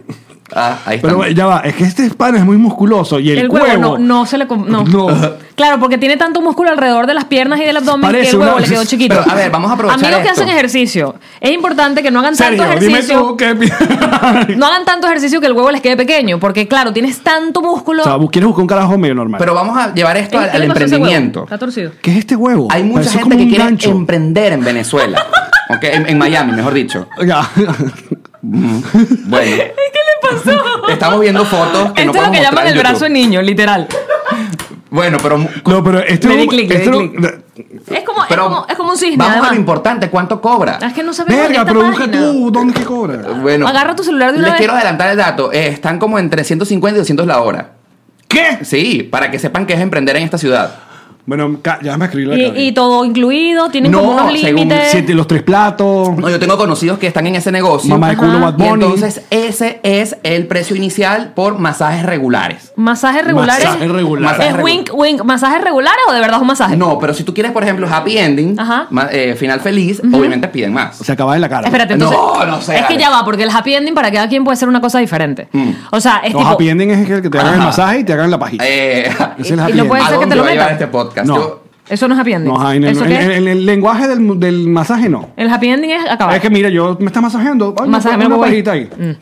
Speaker 3: Ah, ahí está.
Speaker 1: Pero ya va, es que este pan es muy musculoso y el,
Speaker 2: El, huevo, no, no se le... com-
Speaker 1: (laughs)
Speaker 2: No.
Speaker 1: No.
Speaker 2: Claro, porque tiene tanto músculo alrededor de las piernas y del abdomen que
Speaker 1: Parece
Speaker 2: el
Speaker 1: una-
Speaker 2: huevo le
Speaker 1: (laughs)
Speaker 2: quedó chiquito.
Speaker 3: Pero, a ver, vamos a aprovechar
Speaker 2: Amigos que
Speaker 3: esto.
Speaker 2: hacen ejercicio, es importante que no hagan
Speaker 1: Sergio,
Speaker 2: tanto
Speaker 1: dime
Speaker 2: ejercicio.
Speaker 1: tú qué pi- (laughs)
Speaker 2: (laughs) No hagan tanto ejercicio que el huevo les quede pequeño, porque claro, tienes tanto músculo.
Speaker 1: O sea, bu- quieres buscar un carajo medio normal.
Speaker 3: Pero vamos a llevar esto
Speaker 2: ¿Qué
Speaker 3: al,
Speaker 2: le
Speaker 3: al
Speaker 2: pasó a ese huevo?
Speaker 3: emprendimiento.
Speaker 2: Está torcido.
Speaker 1: ¿Qué es este huevo?
Speaker 3: Hay mucha
Speaker 1: Parece
Speaker 3: gente
Speaker 1: como
Speaker 3: que
Speaker 1: un
Speaker 3: quiere
Speaker 1: gancho.
Speaker 3: emprender en Venezuela.
Speaker 2: (laughs)
Speaker 3: ¿ok? En, en Miami, mejor dicho.
Speaker 1: Ya.
Speaker 2: (laughs)
Speaker 3: Bueno,
Speaker 2: ¿Qué le pasó?
Speaker 3: estamos viendo fotos que no
Speaker 2: Esto es lo que
Speaker 3: podemos mostrar
Speaker 2: llaman
Speaker 3: en
Speaker 2: el
Speaker 3: YouTube.
Speaker 2: brazo de niño, literal.
Speaker 3: Bueno, pero,
Speaker 1: No, pero este
Speaker 2: Le
Speaker 1: es
Speaker 2: di
Speaker 1: un-
Speaker 2: clic, le
Speaker 1: este
Speaker 2: di
Speaker 1: es un-
Speaker 2: Es como,
Speaker 3: pero
Speaker 2: es como, es como un cisne.
Speaker 3: Vamos a
Speaker 2: además. Ah,
Speaker 3: lo importante, ¿cuánto cobra?
Speaker 2: Es que no sabemos en
Speaker 1: Verga,
Speaker 2: esta
Speaker 1: pero busca
Speaker 2: página.
Speaker 1: tú, ¿dónde es que cobra?
Speaker 3: Bueno,
Speaker 2: Agarra tu celular de una
Speaker 3: les
Speaker 2: vez.
Speaker 3: quiero adelantar el dato. Eh, están como entre 150 y 200 la hora.
Speaker 1: ¿Qué?
Speaker 3: Sí, para que sepan que es emprender en esta ciudad.
Speaker 1: Bueno, ca- ya me escribí la
Speaker 2: Y,
Speaker 1: cagué.
Speaker 2: y todo incluido, tienen
Speaker 3: No,
Speaker 2: como unos
Speaker 3: según
Speaker 2: límites.
Speaker 1: Siete- los tres platos,
Speaker 3: No, yo tengo conocidos que están en ese negocio.
Speaker 1: mamá de culo, Bad
Speaker 3: Y
Speaker 1: Bunny.
Speaker 3: entonces ese es el precio inicial por masajes regulares.
Speaker 2: Masajes regulares.
Speaker 1: Masaje regular.
Speaker 3: Masaje
Speaker 2: ¿Es
Speaker 3: regular.
Speaker 2: wink, wink? ¿Masajes regulares o de verdad es un masaje?
Speaker 3: Ah, No, pero si tú quieres, por ejemplo, happy ending,
Speaker 2: Ajá.
Speaker 3: ma- eh, final feliz, obviamente piden más.
Speaker 1: Se acaba en la cara.
Speaker 2: Espérate,
Speaker 3: No,
Speaker 2: entonces.
Speaker 3: no sé, Mm.
Speaker 2: Es que
Speaker 3: Alex.
Speaker 2: ya va, porque el happy ending para cada quien puede ser una cosa diferente. O sea, es
Speaker 1: Los
Speaker 2: tipo.
Speaker 1: happy ending es el que te hagan el
Speaker 3: Ajá.
Speaker 1: masaje y te hagan la pajita. (laughs)
Speaker 3: Eh,
Speaker 1: es
Speaker 2: (laughs)
Speaker 1: el
Speaker 2: y-
Speaker 1: happy
Speaker 2: y lo
Speaker 1: ending.
Speaker 2: puedes-
Speaker 3: ¿A
Speaker 2: ser que
Speaker 3: dónde
Speaker 2: te lo
Speaker 3: va a llevar
Speaker 2: metan?
Speaker 3: este podcast?
Speaker 1: No.
Speaker 3: Yo-
Speaker 2: Eso no es happy ending.
Speaker 1: No, ajá, en el,
Speaker 2: ¿Eso
Speaker 1: en-
Speaker 2: qué es?
Speaker 1: en- en el lenguaje del, del masaje no.
Speaker 2: El happy ending es acabar.
Speaker 1: Es que mira, yo me está masajeando. Ay,
Speaker 2: Ah. Masaje,
Speaker 1: me
Speaker 2: me
Speaker 1: pongo
Speaker 2: lo
Speaker 1: una
Speaker 2: voy.
Speaker 1: pajita ahí.
Speaker 2: Mm.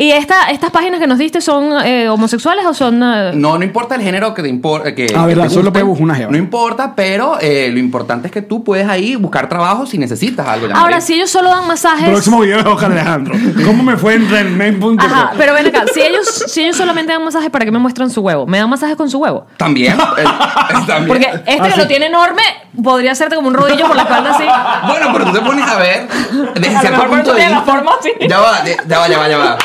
Speaker 2: ¿Y esta, estas páginas que nos diste son eh, homosexuales o son.? eh,
Speaker 3: No, no importa el género que te importa. Que,
Speaker 1: Ah,
Speaker 3: que
Speaker 1: verdad,
Speaker 3: te
Speaker 1: solo
Speaker 3: guste.
Speaker 1: puedes buscar una jeva.
Speaker 3: No importa, pero eh, lo importante es que tú puedes ahí buscar trabajo si necesitas algo. ya,
Speaker 2: Ahora,
Speaker 3: María.
Speaker 2: si ellos solo dan masajes.
Speaker 1: Próximo video de Oscar Alejandro. ¿Cómo me fue en renmen.com?
Speaker 2: Ajá, pero ven acá, si ellos, si ellos solamente dan masajes, ¿para qué me muestran su huevo? ¿Me dan masajes con su huevo? (laughs)
Speaker 3: También. eh, (laughs) también.
Speaker 2: Porque este que
Speaker 1: sí.
Speaker 2: lo tiene enorme podría hacerte como un rodillo por la espalda así.
Speaker 3: Bueno, pero tú te pones a ver (laughs) desde
Speaker 2: A lo
Speaker 3: cierto
Speaker 2: mejor
Speaker 3: punto de
Speaker 2: tiene la
Speaker 3: vista.
Speaker 2: forma así.
Speaker 3: Ya va, de- ya va, ya va, ya va.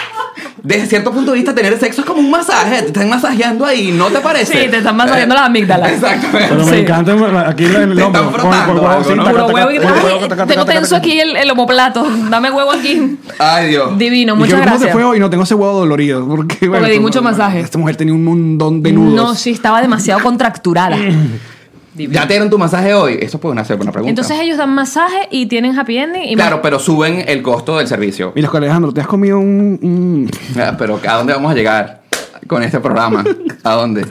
Speaker 3: Desde cierto punto de vista, tener sexo es como un masaje. Te están masajeando ahí, ¿no te parece? Eh,
Speaker 2: Sí, te están masajeando las amígdalas.
Speaker 3: (laughs) Exactamente.
Speaker 1: Pero me
Speaker 2: Sí.
Speaker 1: encanta aquí en el
Speaker 3: Te
Speaker 1: hombro.
Speaker 3: están frotando
Speaker 1: huevo,
Speaker 3: algo,
Speaker 1: sí,
Speaker 3: ¿no?
Speaker 1: taca,
Speaker 2: Puro
Speaker 1: taca,
Speaker 2: huevo y
Speaker 1: puro huevo,
Speaker 2: Ay,
Speaker 1: taca, taca,
Speaker 2: Tengo
Speaker 1: taca,
Speaker 2: tenso
Speaker 1: taca.
Speaker 2: aquí el, el homoplato. Dame huevo aquí.
Speaker 3: Ay, Dios.
Speaker 2: Divino,
Speaker 1: Y yo,
Speaker 2: muchas
Speaker 1: ¿Cómo te
Speaker 2: gracias.
Speaker 1: fue hoy? No tengo ese huevo dolorido. Porque, bueno,
Speaker 2: di
Speaker 1: como-
Speaker 2: mucho masaje.
Speaker 1: Esta mujer tenía un montón de nudos.
Speaker 2: No, sí, estaba
Speaker 1: (clears throat)
Speaker 2: demasiado contracturada. Divino.
Speaker 3: ¿Ya te dieron tu masaje hoy? Eso puede ser buena pregunta.
Speaker 2: Entonces ellos dan masaje y tienen happy ending. Y
Speaker 3: claro, pero suben el costo del servicio.
Speaker 1: Mira, Oscar Alejandro, te has comido un. un-
Speaker 3: Ah, Pero ¿a dónde vamos a llegar con este programa? ¿A dónde?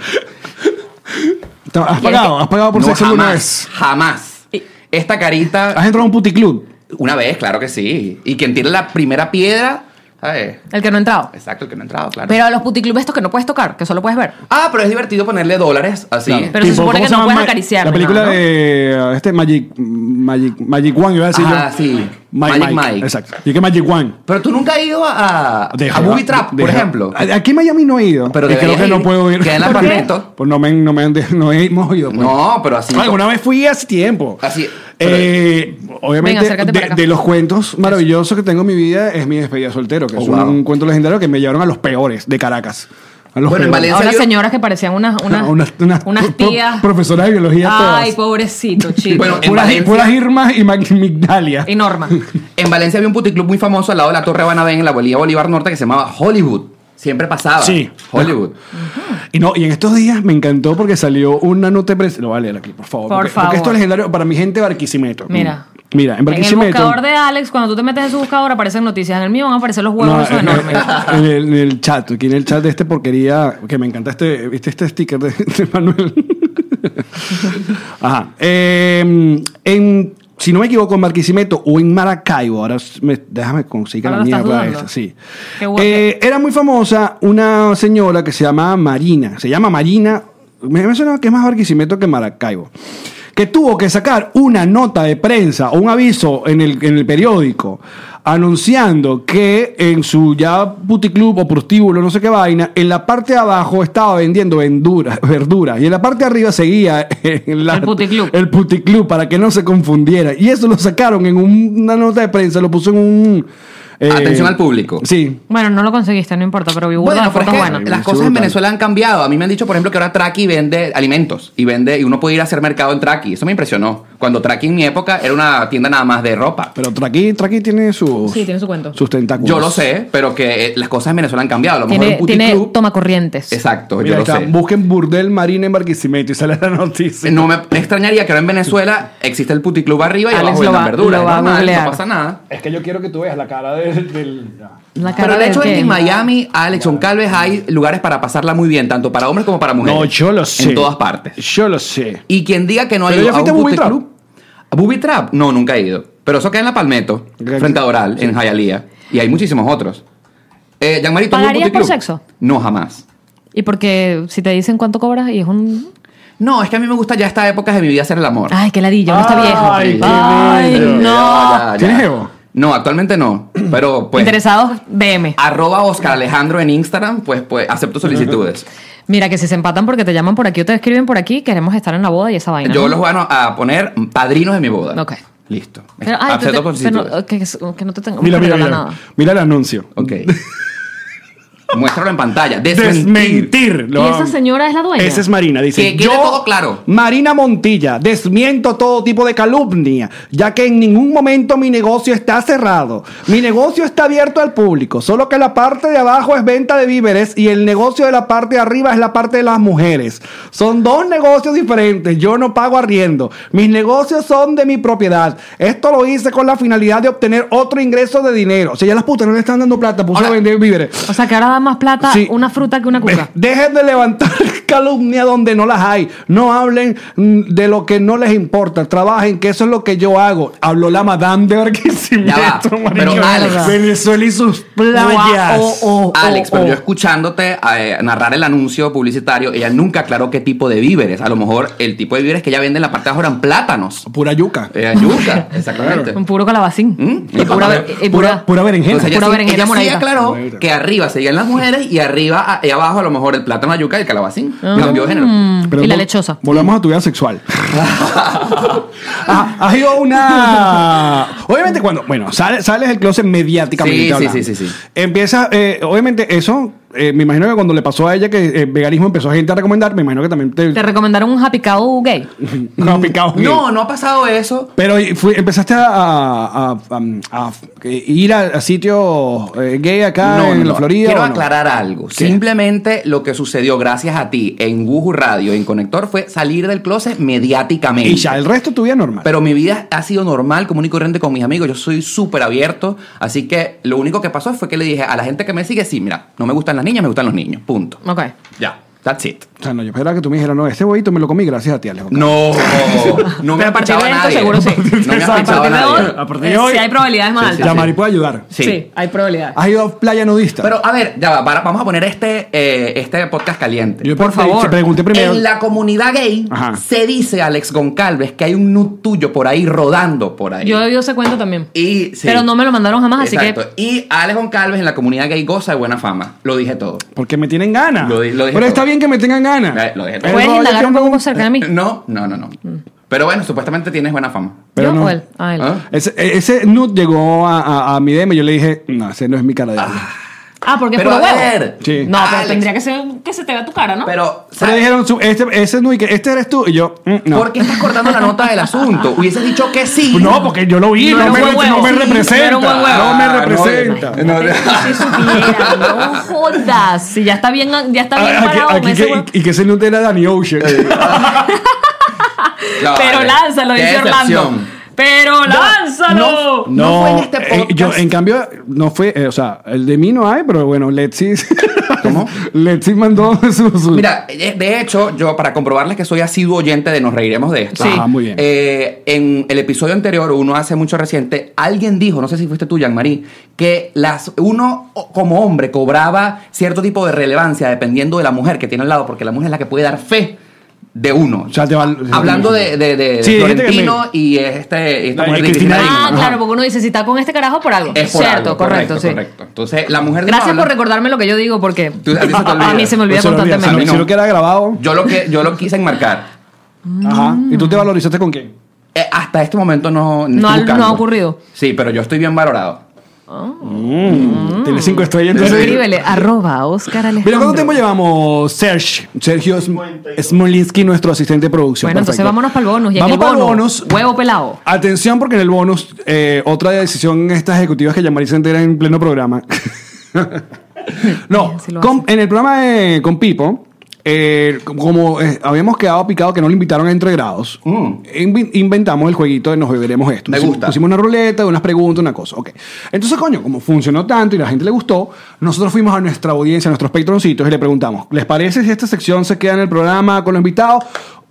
Speaker 1: ¿Te- ¿Has pagado? ¿Has pagado Ah, por
Speaker 3: no,
Speaker 1: sexo alguna
Speaker 3: jamás,
Speaker 1: vez?
Speaker 3: jamás.
Speaker 2: Y-
Speaker 3: Esta carita,
Speaker 1: ¿Has entrado a un puticlub?
Speaker 3: una vez, claro que sí. Y quien tira la primera piedra, ¿sabes?
Speaker 2: El que no ha entrado.
Speaker 3: Exacto, el que no ha entrado, claro.
Speaker 2: Pero a los puticlubes estos que no puedes tocar, que solo puedes ver.
Speaker 3: ah, pero es divertido ponerle dólares así.
Speaker 1: Claro.
Speaker 2: Pero se supone
Speaker 1: ¿cómo
Speaker 2: que no
Speaker 1: llama?
Speaker 2: puedes
Speaker 1: Ma-
Speaker 2: acariciar,
Speaker 1: La
Speaker 2: ni
Speaker 1: película
Speaker 2: nada, ¿no?
Speaker 1: de uh, este Magic, Magic, Magic One, iba a decir
Speaker 3: Ah,
Speaker 1: yo.
Speaker 3: sí.
Speaker 1: Ma-
Speaker 3: Magic Mike.
Speaker 1: Exacto. Y que Magic One.
Speaker 3: Pero tú nunca has ido a, a,
Speaker 1: De-
Speaker 3: a Booby Trap,
Speaker 1: de-
Speaker 3: por
Speaker 1: de-
Speaker 3: ejemplo.
Speaker 1: a- Aquí en Miami no he ido.
Speaker 3: Pero
Speaker 1: y creo
Speaker 3: deberías
Speaker 1: que no
Speaker 3: ir.
Speaker 1: puedo ir.
Speaker 3: Queda en el
Speaker 1: ¿Por qué?
Speaker 3: apartamento.
Speaker 1: Pues no me, no me han de- no hemos ido. pues.
Speaker 3: No, pero así.
Speaker 1: Alguna vez fui así tiempo.
Speaker 3: Así-
Speaker 1: Eh, obviamente,
Speaker 2: Venga, acércate
Speaker 1: de,
Speaker 2: para acá.
Speaker 1: de los cuentos maravillosos que tengo en mi vida es mi despedida de soltero, que
Speaker 3: Oh,
Speaker 1: es
Speaker 3: wow.
Speaker 1: un cuento legendario que me llevaron a los peores de Caracas. A los
Speaker 3: Bueno,
Speaker 1: peores.
Speaker 3: en Valencia-
Speaker 2: Ahora
Speaker 3: serio?
Speaker 2: señoras que parecían unas,
Speaker 1: (laughs)
Speaker 2: unas,
Speaker 1: No, unas, unas-
Speaker 2: unas
Speaker 1: pro-
Speaker 2: tías.
Speaker 1: profesoras de biología
Speaker 2: Ay,
Speaker 1: todas. (laughs)
Speaker 2: pobrecito, chico.
Speaker 3: Bueno, en
Speaker 1: Puras,
Speaker 3: Valencia-
Speaker 1: puras Irma y Mag- Migdalia. (laughs)
Speaker 2: y Norma.
Speaker 3: En Valencia había un puticlub muy famoso al lado de la Torre Banabén en la Bolivia Bolívar Norte que se llamaba Hollywood. Siempre pasaba.
Speaker 1: Sí.
Speaker 3: Hollywood.
Speaker 1: Y no, y en estos días me encantó porque salió una nota pres... Lo voy a leer aquí, por favor.
Speaker 2: Por
Speaker 1: porque,
Speaker 2: favor.
Speaker 1: porque esto es legendario para mi gente de Barquisimeto.
Speaker 2: Mira.
Speaker 1: Mira, en
Speaker 2: En el
Speaker 1: Barquisimeto.
Speaker 2: buscador de Alex, cuando tú te metes en su buscador, aparecen noticias. En el mío van a aparecer los huevos
Speaker 1: No, eh,
Speaker 2: esos
Speaker 1: en,
Speaker 2: enormes.
Speaker 1: (laughs) en- en el, en el chat, aquí en el chat de este porquería, que me encanta este, este, este sticker de, de Manuel. Ajá. Eh, en, si no me equivoco, en Barquisimeto o en Maracaibo, ahora me- déjame conseguir
Speaker 2: Ahora
Speaker 1: la
Speaker 2: lo estás
Speaker 1: mierda
Speaker 2: dudando.
Speaker 1: esa, sí.
Speaker 2: Qué guapo.
Speaker 1: Eh, era muy famosa una señora que se llama Marina, se llama Marina, me, me suena que es más Barquisimeto que Maracaibo, que tuvo que sacar una nota de prensa o un aviso en el, en el periódico anunciando que en su ya puticlub o prostíbulo, no sé qué vaina, en la parte de abajo estaba vendiendo venduras, (laughs) verduras y en la parte de arriba seguía (laughs) en la-
Speaker 2: El puticlub.
Speaker 1: el puticlub para que no se confundiera. Y eso lo sacaron en un- una nota de prensa, lo puso en un... eh,
Speaker 3: Atención al público.
Speaker 1: Sí,
Speaker 2: Bueno, no lo conseguiste, no importa, pero vi burda de
Speaker 3: Bueno, pero
Speaker 2: fotos
Speaker 3: es que
Speaker 2: buenas.
Speaker 3: las
Speaker 1: Me
Speaker 3: cosas en
Speaker 1: insultan.
Speaker 3: Venezuela han cambiado. A mí me han dicho, por ejemplo, que ahora Traki vende alimentos y vende y uno puede ir a hacer mercado en Traki. Eso me impresionó. Cuando Traki en mi época era una tienda nada más de ropa.
Speaker 1: Pero Traqui, Traqui tiene sus,
Speaker 2: Sí, tiene su cuento.
Speaker 1: sus tentáculos.
Speaker 3: Yo lo sé, pero que eh, las cosas en Venezuela han cambiado. A lo mejor
Speaker 2: Tiene,
Speaker 3: un
Speaker 2: tiene
Speaker 3: puticlub.
Speaker 2: tomacorrientes.
Speaker 3: Exacto,
Speaker 1: Mira,
Speaker 3: yo
Speaker 1: acá,
Speaker 3: lo sé.
Speaker 1: Busquen Burdel Marina en Barquisimeto y sale la noticia.
Speaker 3: No me extrañaría que ahora en Venezuela existe el puticlub arriba y
Speaker 2: Alex
Speaker 3: abajo
Speaker 2: lo
Speaker 3: vendan
Speaker 2: va- lo
Speaker 3: verduras. Es
Speaker 2: va a
Speaker 3: normal,
Speaker 2: googlear.
Speaker 3: no pasa nada.
Speaker 1: Es que yo quiero que tú veas la cara del... del-
Speaker 2: La cara
Speaker 3: Pero el
Speaker 2: del
Speaker 3: hecho es
Speaker 2: que-
Speaker 3: que en Miami, Alex Calves, hay lugares para pasarla muy bien, tanto para hombres como para mujeres.
Speaker 1: No, yo lo sé.
Speaker 3: En todas partes.
Speaker 1: Yo lo sé.
Speaker 3: Y quien diga que no ha
Speaker 1: Pero
Speaker 3: ido
Speaker 1: ya
Speaker 3: a un
Speaker 1: fuiste a Booby Trap.
Speaker 3: puticlub. ¿A Booby Trap? No, nunca he ido. Pero eso queda en La Palmetto,
Speaker 1: Gran-
Speaker 3: frente a Oral, en Hialeah. Y hay muchísimos otros. Eh, Jean-Marie, ¿tú has ido a un
Speaker 2: ¿Pagarías por
Speaker 3: puticlub?
Speaker 2: sexo?
Speaker 3: No, jamás.
Speaker 2: Y porque si te dicen cuánto cobras y es un.
Speaker 3: No, es que a mí me gusta ya esta época de mi vida hacer el amor.
Speaker 2: Ay, qué ladilla, uno está viejo.
Speaker 1: Ay, qué
Speaker 2: Ay,
Speaker 1: bello.
Speaker 2: no.
Speaker 3: Ya, ya, ya.
Speaker 1: ¿Tienes Evo?
Speaker 3: No, actualmente no. Pero pues. Ah.
Speaker 2: Interesados, DM.
Speaker 3: Arroba Oscar Alejandro en Instagram, pues, pues acepto solicitudes.
Speaker 2: Mira, que si se empatan porque te llaman por aquí o te escriben por aquí, queremos estar en la boda y esa vaina.
Speaker 3: Yo
Speaker 2: ¿no?
Speaker 3: los voy a a poner padrinos de mi boda.
Speaker 2: Ok.
Speaker 3: Listo.
Speaker 2: Pero, ay, tú te-
Speaker 3: acepto
Speaker 2: pero
Speaker 3: solicitudes.
Speaker 2: no- que, que no te tengamos
Speaker 1: Mira,
Speaker 2: que
Speaker 1: mira,
Speaker 2: regalar
Speaker 1: mira.
Speaker 2: nada.
Speaker 1: Mira el anuncio.
Speaker 3: Ok. (laughs) Muéstralo en pantalla. Desmentir.
Speaker 1: Desmentir.
Speaker 2: ¿Y esa señora es la dueña?
Speaker 1: Esa es Marina, dice.
Speaker 3: Que quede todo claro.
Speaker 1: Marina Montilla, desmiento todo tipo de calumnia, ya que en ningún momento mi negocio está cerrado. Mi negocio está abierto al público, solo que la parte de abajo es venta de víveres y el negocio de la parte de arriba es la parte de las mujeres. Son dos negocios diferentes, yo no pago arriendo. Mis negocios son de mi propiedad. Esto lo hice con la finalidad de obtener otro ingreso de dinero. O sea, ya las putas no le están dando plata, puso a
Speaker 3: Ahora-
Speaker 1: vender víveres.
Speaker 2: O sea, que ahora da más plata
Speaker 1: Sí.
Speaker 2: una fruta que una
Speaker 3: (laughs)
Speaker 2: cuca.
Speaker 1: Dejen de levantar (laughs) calumnia donde no las hay. No hablen mm, de lo que no les importa. Trabajen, que eso es lo que yo hago. Habló la madame de Barquisimeto,
Speaker 3: Ya va,
Speaker 1: marico.
Speaker 3: pero Alex.
Speaker 1: Venezuela y sus playas.
Speaker 2: Guau, oh, oh,
Speaker 3: Alex,
Speaker 2: oh,
Speaker 3: pero yo
Speaker 2: oh.
Speaker 3: escuchándote eh, narrar el anuncio publicitario, ella nunca aclaró qué tipo de víveres. A lo mejor el tipo de víveres que ella vende en la parte de abajo eran plátanos.
Speaker 1: oh. Pura yuca.
Speaker 2: (laughs)
Speaker 3: Eh, yuca, exactamente.
Speaker 2: Un puro calabacín.
Speaker 3: ¿Mm?
Speaker 2: Y pura, ver- y
Speaker 1: Pura,
Speaker 2: pura-
Speaker 1: pura berenjena.
Speaker 3: Entonces ella
Speaker 2: Pura
Speaker 3: sí,
Speaker 2: berenjena
Speaker 3: ella sí
Speaker 2: moradita.
Speaker 3: aclaró
Speaker 1: Moradita.
Speaker 3: que arriba seguían las mujeres y arriba a- y abajo a lo mejor el plátano, la yuca y el calabacín. Cambió de género.
Speaker 1: Pero
Speaker 2: Ah. y la
Speaker 1: vol-
Speaker 2: lechosa.
Speaker 1: Volvamos a tu vida
Speaker 3: (laughs)
Speaker 1: sexual. ah, has ido a una. Obviamente, cuando. Bueno, sales, sales del closet mediáticamente.
Speaker 3: Sí, sí,
Speaker 1: hablando.
Speaker 3: sí, sí, sí.
Speaker 1: Empieza. eh, obviamente, eso. eh, me imagino que cuando le pasó a ella que eh, veganismo empezó a gente a recomendar, me imagino que también te.
Speaker 2: Te recomendaron un happy cow gay.
Speaker 1: (laughs) no, picado.
Speaker 3: Mm. No, no ha pasado eso.
Speaker 1: Pero y fui- empezaste a, a- a- a- a ir a, a sitios eh, gay acá
Speaker 3: No,
Speaker 1: en
Speaker 3: no,
Speaker 1: la
Speaker 3: no.
Speaker 1: Florida.
Speaker 3: Quiero
Speaker 1: ¿o no?
Speaker 3: aclarar algo. Simplemente lo que sucedió gracias a ti en Wuhu Radio, en Conector, fue salir del closet mediáticamente.
Speaker 1: Y ya, el resto de tu vida normal.
Speaker 3: Pero mi vida ha sido normal, común y corriente con mis amigos. Yo soy súper abierto. Así que lo único que pasó fue que le dije a la gente que me sigue, sí, mira, no me gustan las niñas, me gustan los niños. Punto.
Speaker 2: Ok.
Speaker 3: Ya. That's it.
Speaker 1: o sea, no, yo esperaba que tú me dijeras, no, este boito me lo comí gracias a ti, Alejo.
Speaker 3: No, no me
Speaker 2: Pero
Speaker 3: ha
Speaker 2: a partir
Speaker 3: pinchado
Speaker 2: de esto
Speaker 3: nadie.
Speaker 2: seguro sí.
Speaker 3: No me ha
Speaker 2: A
Speaker 3: pinchado
Speaker 2: partir de
Speaker 3: nadie.
Speaker 2: hoy, eh, sí hay probabilidades más
Speaker 3: sí,
Speaker 1: La
Speaker 2: altas.
Speaker 1: Mari puede ayudar.
Speaker 3: Sí. Ah,
Speaker 2: hay probabilidades.
Speaker 1: ¿Has ido a playa nudista?
Speaker 3: Pero a ver, ya va, para- vamos a poner este, eh, este podcast caliente.
Speaker 1: Yo
Speaker 2: por
Speaker 1: te- te
Speaker 2: favor.
Speaker 1: pregunté primero.
Speaker 3: En la comunidad gay
Speaker 1: Ajá.
Speaker 3: se dice, Alex Goncalves, que hay un nude tuyo por ahí rodando por ahí.
Speaker 2: Yo he oído ese cuento también.
Speaker 3: y, sí.
Speaker 2: Pero no me lo mandaron jamás, así
Speaker 3: Exacto. Y Alex Goncalves en la comunidad gay goza de buena fama. Lo dije todo.
Speaker 1: Porque me tienen ganas.
Speaker 3: Lo di- lo dije
Speaker 1: Pero
Speaker 3: todo.
Speaker 1: está bien que me tengan ganas.
Speaker 3: Eh, lo dije
Speaker 2: que
Speaker 1: Pero
Speaker 3: todo.
Speaker 2: puedes
Speaker 1: yo
Speaker 2: indagar un
Speaker 1: tengo
Speaker 2: poco
Speaker 1: un- eh,
Speaker 2: cerca de mí. Mm.
Speaker 3: No, no, no, no. Pero bueno, supuestamente tienes buena fama.
Speaker 1: Pero
Speaker 2: ¿Yo
Speaker 1: no.
Speaker 2: o él? A él.
Speaker 3: ¿Ah?
Speaker 1: Ese, ese nude llegó a, a- a mi DM y yo le dije, no, ese no es mi cara de Alejo.
Speaker 2: Ah, porque es
Speaker 3: Pero
Speaker 2: puro
Speaker 3: a
Speaker 2: huevo.
Speaker 3: ver. Ah,
Speaker 1: Sí.
Speaker 2: No, pero
Speaker 3: Alex.
Speaker 2: tendría que ser que se te vea tu cara, ¿no?
Speaker 3: Pero,
Speaker 1: Pero
Speaker 3: ¿sabes?
Speaker 1: dijeron, su- este, ese nude, que este eres tú. Y yo, "Mm, no.
Speaker 3: ¿por qué estás cortando la nota
Speaker 1: (laughs)
Speaker 3: del asunto? Hubieses dicho que sí.
Speaker 1: No, pues, porque yo lo vi,
Speaker 2: No
Speaker 1: no,
Speaker 2: era un
Speaker 1: me,
Speaker 2: buen huevo.
Speaker 1: no me
Speaker 2: Sí,
Speaker 1: representa.
Speaker 2: no era
Speaker 1: No,
Speaker 2: un buen huevo.
Speaker 1: me
Speaker 3: Ah, no,
Speaker 1: representa.
Speaker 3: no, no.
Speaker 2: si supiera, no jodas. Si ya está bien, ya está bien
Speaker 1: Ah, aquí-
Speaker 2: parado
Speaker 1: aquí
Speaker 2: con ese
Speaker 1: que-
Speaker 2: huevo.
Speaker 1: y, y que ese nude era Danny Ocean.
Speaker 3: No,
Speaker 2: Pero
Speaker 3: vale.
Speaker 2: lánzalo,
Speaker 3: Qué
Speaker 2: dice Orlando.
Speaker 3: decepción.
Speaker 2: Pero lánzalo.
Speaker 3: no,
Speaker 1: No,
Speaker 3: fue en este podcast.
Speaker 1: eh, yo, en cambio, no fue, eh, o sea, el de mí no hay, pero bueno, Letzi.
Speaker 3: (laughs) ¿Cómo?
Speaker 1: Letzi mandó (laughs) su. su-
Speaker 2: Mm.
Speaker 3: Mira, eh, de hecho, yo para comprobarles que soy asiduo oyente de Nos Reiremos de esto.
Speaker 2: Sí.
Speaker 1: Ah, muy bien.
Speaker 3: Eh, en el episodio anterior, uno hace mucho reciente, alguien dijo, no sé si fuiste tú, Jean-Marie, que las, uno o- como hombre cobraba cierto tipo de relevancia dependiendo de la mujer que tiene al lado, porque la mujer es la que puede dar fe de uno.
Speaker 1: O sea, te val-
Speaker 3: Hablando de, de, de
Speaker 1: Sí, dijiste que
Speaker 3: Florentino y este,
Speaker 1: La
Speaker 3: esta
Speaker 1: de
Speaker 3: mujer de
Speaker 1: Cristina
Speaker 3: Cristina
Speaker 1: Dickman.
Speaker 2: Ah,
Speaker 3: Dickman.
Speaker 2: claro, porque uno dice, si está con este carajo, por algo.
Speaker 3: Es por
Speaker 2: Cierto,
Speaker 3: algo,
Speaker 2: correcto, sí.
Speaker 3: correcto. Entonces, la mujer de
Speaker 2: Gracias por
Speaker 3: Paola-
Speaker 2: recordarme lo que yo digo, porque
Speaker 3: Tú- a ti pues se te olvida.
Speaker 2: a mí se me olvida
Speaker 1: Ah, se lo olvida,
Speaker 2: constantemente.
Speaker 1: se lo-
Speaker 3: A mí no.
Speaker 1: Si lo que era grabado.
Speaker 3: Yo lo, que, yo lo quise enmarcar.
Speaker 1: Ajá. ¿Y
Speaker 3: Mm.
Speaker 1: tú te valorizaste con qué?
Speaker 3: Eh, hasta este momento no
Speaker 2: No ha-
Speaker 3: estoy buscando.
Speaker 2: no ha ocurrido.
Speaker 3: Sí, pero yo estoy bien valorado. Mm.
Speaker 1: Tienes cinco estrellas, entonces.
Speaker 2: Escríbele, arroba Oscar Alejandro.
Speaker 1: Mira, ¿cuánto tiempo llevamos, Serge? Sergio Sm- Smolinski, nuestro asistente de producción.
Speaker 2: Bueno, entonces
Speaker 1: Perfecto.
Speaker 2: vámonos pa'l bonus, y en
Speaker 1: Vamos
Speaker 2: el
Speaker 1: para el
Speaker 2: bonus,
Speaker 1: bonus.
Speaker 2: huevo pelado.
Speaker 1: Atención, porque en el bonus, eh, otra decisión estas ejecutivas que llamaría se entera en pleno programa. (laughs) no,
Speaker 2: Sí, sí lo
Speaker 1: con- en el programa de- con Pipo, eh, como eh, habíamos quedado picado que no lo invitaron a entregrados,
Speaker 3: Mm.
Speaker 1: invi- inventamos el jueguito de nos beberemos esto.
Speaker 3: Me
Speaker 1: Pusi-
Speaker 3: gusta.
Speaker 1: Pusimos una ruleta, unas preguntas, una cosa. Ok. Entonces, coño, como funcionó tanto y la gente le gustó, nosotros fuimos a nuestra audiencia, a nuestros patroncitos y le preguntamos, ¿les parece si esta sección se queda en el programa con los invitados?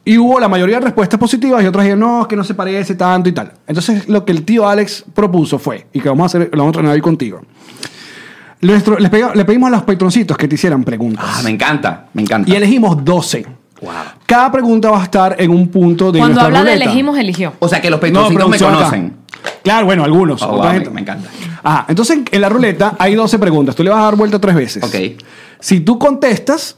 Speaker 1: Y hubo la mayoría de respuestas positivas y otras dijeron, no, es que no se parece tanto y tal. Entonces, lo que el tío Alex propuso fue, y que vamos a hacer, lo vamos a traer hoy contigo. Nuestro- les pega- le pedimos a los patroncitos que te hicieran preguntas.
Speaker 3: Ah, me encanta, me encanta.
Speaker 1: y elegimos 12. Cada pregunta va a estar en un punto de
Speaker 2: Cuando
Speaker 1: nuestra
Speaker 2: habla de
Speaker 1: ruleta.
Speaker 2: elegimos, eligió.
Speaker 3: O sea que los petroncitos me
Speaker 1: producción acá.
Speaker 3: conocen.
Speaker 1: Claro, bueno, algunos.
Speaker 3: Oh,
Speaker 1: Otra
Speaker 3: wow, me-
Speaker 1: gente-
Speaker 3: me encanta.
Speaker 1: Ah, entonces en- en la ruleta hay 12 preguntas. Tú le vas a dar vuelta tres veces.
Speaker 3: Ok.
Speaker 1: Si tú contestas,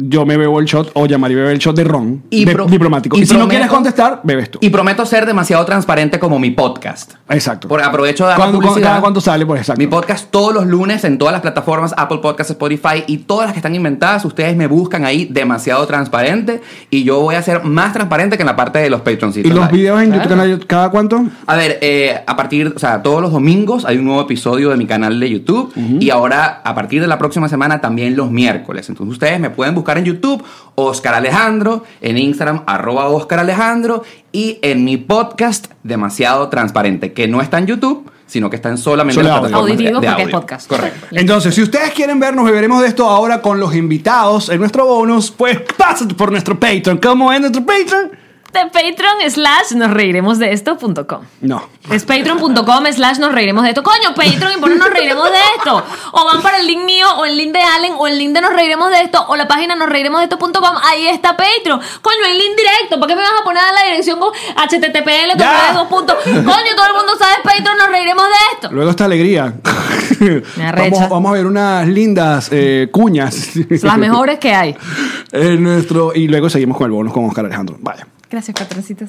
Speaker 1: yo me bebo el shot o Yamari bebe el shot de ron
Speaker 3: Y
Speaker 1: de-
Speaker 3: pro-
Speaker 1: diplomático. Y,
Speaker 3: y
Speaker 1: si no
Speaker 3: prometo-
Speaker 1: quieres contestar, bebes tú.
Speaker 3: Y prometo ser demasiado transparente como mi podcast.
Speaker 1: Exacto.
Speaker 3: Por, aprovecho de dar
Speaker 1: ¿Cuándo-
Speaker 3: publicidad.
Speaker 1: cada cuánto sale? Pues, exacto.
Speaker 3: Mi podcast todos los lunes en todas las plataformas, Apple Podcasts, Spotify y todas las que están inventadas. Ustedes me buscan ahí demasiado transparente y yo voy a ser más transparente que en la parte de los
Speaker 1: ¿Y
Speaker 3: Patroncitos.
Speaker 1: los
Speaker 3: Live.
Speaker 1: videos en
Speaker 3: Claro.
Speaker 1: YouTube canal cada cuánto?
Speaker 3: A ver, eh, a partir, o sea, todos los domingos hay un nuevo episodio de mi canal de YouTube y ahora a partir de la próxima semana también los miércoles. Entonces ustedes me pueden buscar en YouTube Oscar Alejandro, en Instagram arroba Oscar Alejandro y en mi podcast Demasiado Transparente, que no está en YouTube, sino que está en solamente
Speaker 1: Solo
Speaker 3: las
Speaker 1: audio.
Speaker 3: plataformas de-
Speaker 2: Auditivo
Speaker 3: de
Speaker 2: porque es
Speaker 3: audio.
Speaker 2: podcast.
Speaker 3: Correcto.
Speaker 1: Entonces, si ustedes quieren vernos, beberemos de esto ahora con los invitados en nuestro bonus, pues pásate por nuestro Patreon. ¿Cómo es nuestro Patreon?
Speaker 2: De Patreon slash nos reiremos de esto.com.
Speaker 1: No.
Speaker 2: Es patreon.com slash nos reiremos de esto. Coño, Patreon, y por qué nos reiremos de esto. O van para el link mío, o el link de Allen, o el link de nos reiremos de esto, o la página nos reiremos de esto.com. Ahí está Patreon. Coño, el link directo. ¿Para qué me vas a poner a la dirección con httpl con
Speaker 1: Ya.
Speaker 2: dos puntos? Coño, todo el mundo sabe Patreon, nos reiremos de esto.
Speaker 1: Luego esta alegría.
Speaker 2: Me arrecha.
Speaker 1: vamos, vamos a ver unas lindas eh, cuñas. (laughs)
Speaker 2: Las mejores que hay.
Speaker 1: En nuestro, y luego seguimos con el bonus con Oscar Alejandro. Vaya.
Speaker 2: Gracias, patroncitos.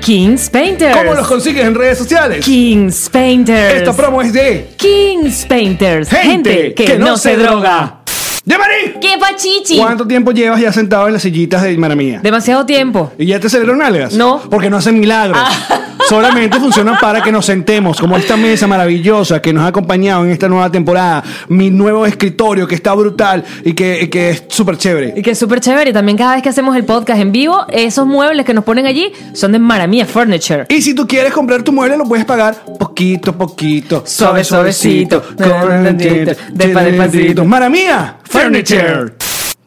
Speaker 2: Kings Painters.
Speaker 1: ¿Cómo los consigues en redes sociales?
Speaker 2: Kings Painters.
Speaker 1: Esta promo es de
Speaker 2: Kings Painters.
Speaker 1: gente,
Speaker 2: que, no, se droga.
Speaker 1: ¡Yamari!
Speaker 2: ¿Qué pachichi?
Speaker 1: ¿Cuánto tiempo llevas ya sentado en las sillitas de Mara Mía?
Speaker 2: Demasiado tiempo.
Speaker 1: ¿Y ya te salieron algas?
Speaker 2: No. Ah.
Speaker 1: Porque no hacen milagros. (laughs) Solamente funcionan para que nos sentemos, como esta mesa maravillosa que nos ha acompañado en esta nueva temporada. Mi nuevo escritorio que está brutal y que, y que es súper
Speaker 2: Y
Speaker 1: chévere.
Speaker 2: que es súper chévere. Y También cada vez que hacemos el podcast en vivo, esos muebles que nos ponen allí son de Maramia Furniture.
Speaker 1: Y si tú quieres comprar tu mueble, lo puedes pagar poquito a poquito.
Speaker 2: Suave, suavecito,
Speaker 1: con-
Speaker 2: despa- despacito.
Speaker 1: Mara mía, furniture.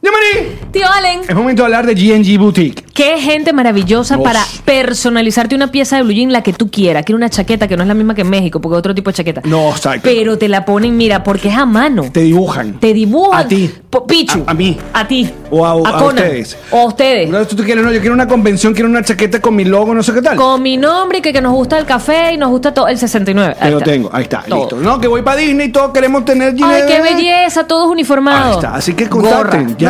Speaker 1: Yamari,
Speaker 2: Tío Allen,
Speaker 1: es momento de hablar de GNG Boutique.
Speaker 2: qué gente maravillosa
Speaker 1: Nos.
Speaker 2: para personalizarte una pieza de blue jean la que tú quieras. Quiero una chaqueta que no es la misma que en México, porque es otro tipo de chaqueta.
Speaker 1: No, exacto.
Speaker 2: Pero te la ponen, mira, porque es a mano.
Speaker 1: Te dibujan.
Speaker 2: Te dibujan.
Speaker 1: A ti.
Speaker 2: Po- Pichu.
Speaker 1: A- a mí.
Speaker 2: A ti.
Speaker 1: O a- a
Speaker 2: Conan.
Speaker 1: ustedes.
Speaker 2: O a ustedes.
Speaker 1: No, tú te quieres, no, yo quiero una convención, quiero una chaqueta con mi logo, no sé qué tal.
Speaker 2: Con mi nombre y que, que nos gusta el café y nos gusta todo el 69. Ahí
Speaker 1: Te lo
Speaker 2: está.
Speaker 1: tengo, ahí está,
Speaker 2: Todo.
Speaker 1: listo. No, que voy para Disney y todos queremos tener
Speaker 2: Ay,
Speaker 1: dinero.
Speaker 2: qué belleza, todos uniformados.
Speaker 1: Ahí está, así que
Speaker 2: Gorra.
Speaker 1: contacten, ya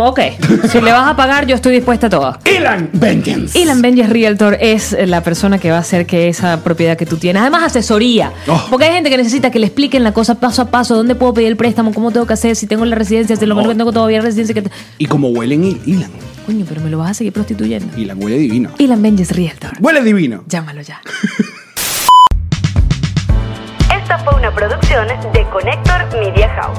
Speaker 2: (laughs) ok. si le vas a pagar, yo estoy dispuesta a todo.
Speaker 1: Elan Vengeance.
Speaker 2: Ilan Benjes Realtor es la persona que va a hacer que esa propiedad que tú tienes, además asesoría,
Speaker 1: Oh.
Speaker 2: porque hay gente que necesita que le expliquen la cosa paso a paso, dónde puedo pedir el préstamo, cómo tengo que hacer, si tengo la residencia, si lo que
Speaker 1: Oh.
Speaker 2: no tengo todavía residencia. Que...
Speaker 1: Y como huelen I- Ilan.
Speaker 2: Coño, pero me lo vas a seguir prostituyendo.
Speaker 1: Ilan huele divino.
Speaker 2: Ilan Benjes Realtor,
Speaker 1: Huele divino.
Speaker 2: llámalo ya.
Speaker 7: Esta fue una producción de Connector Media House.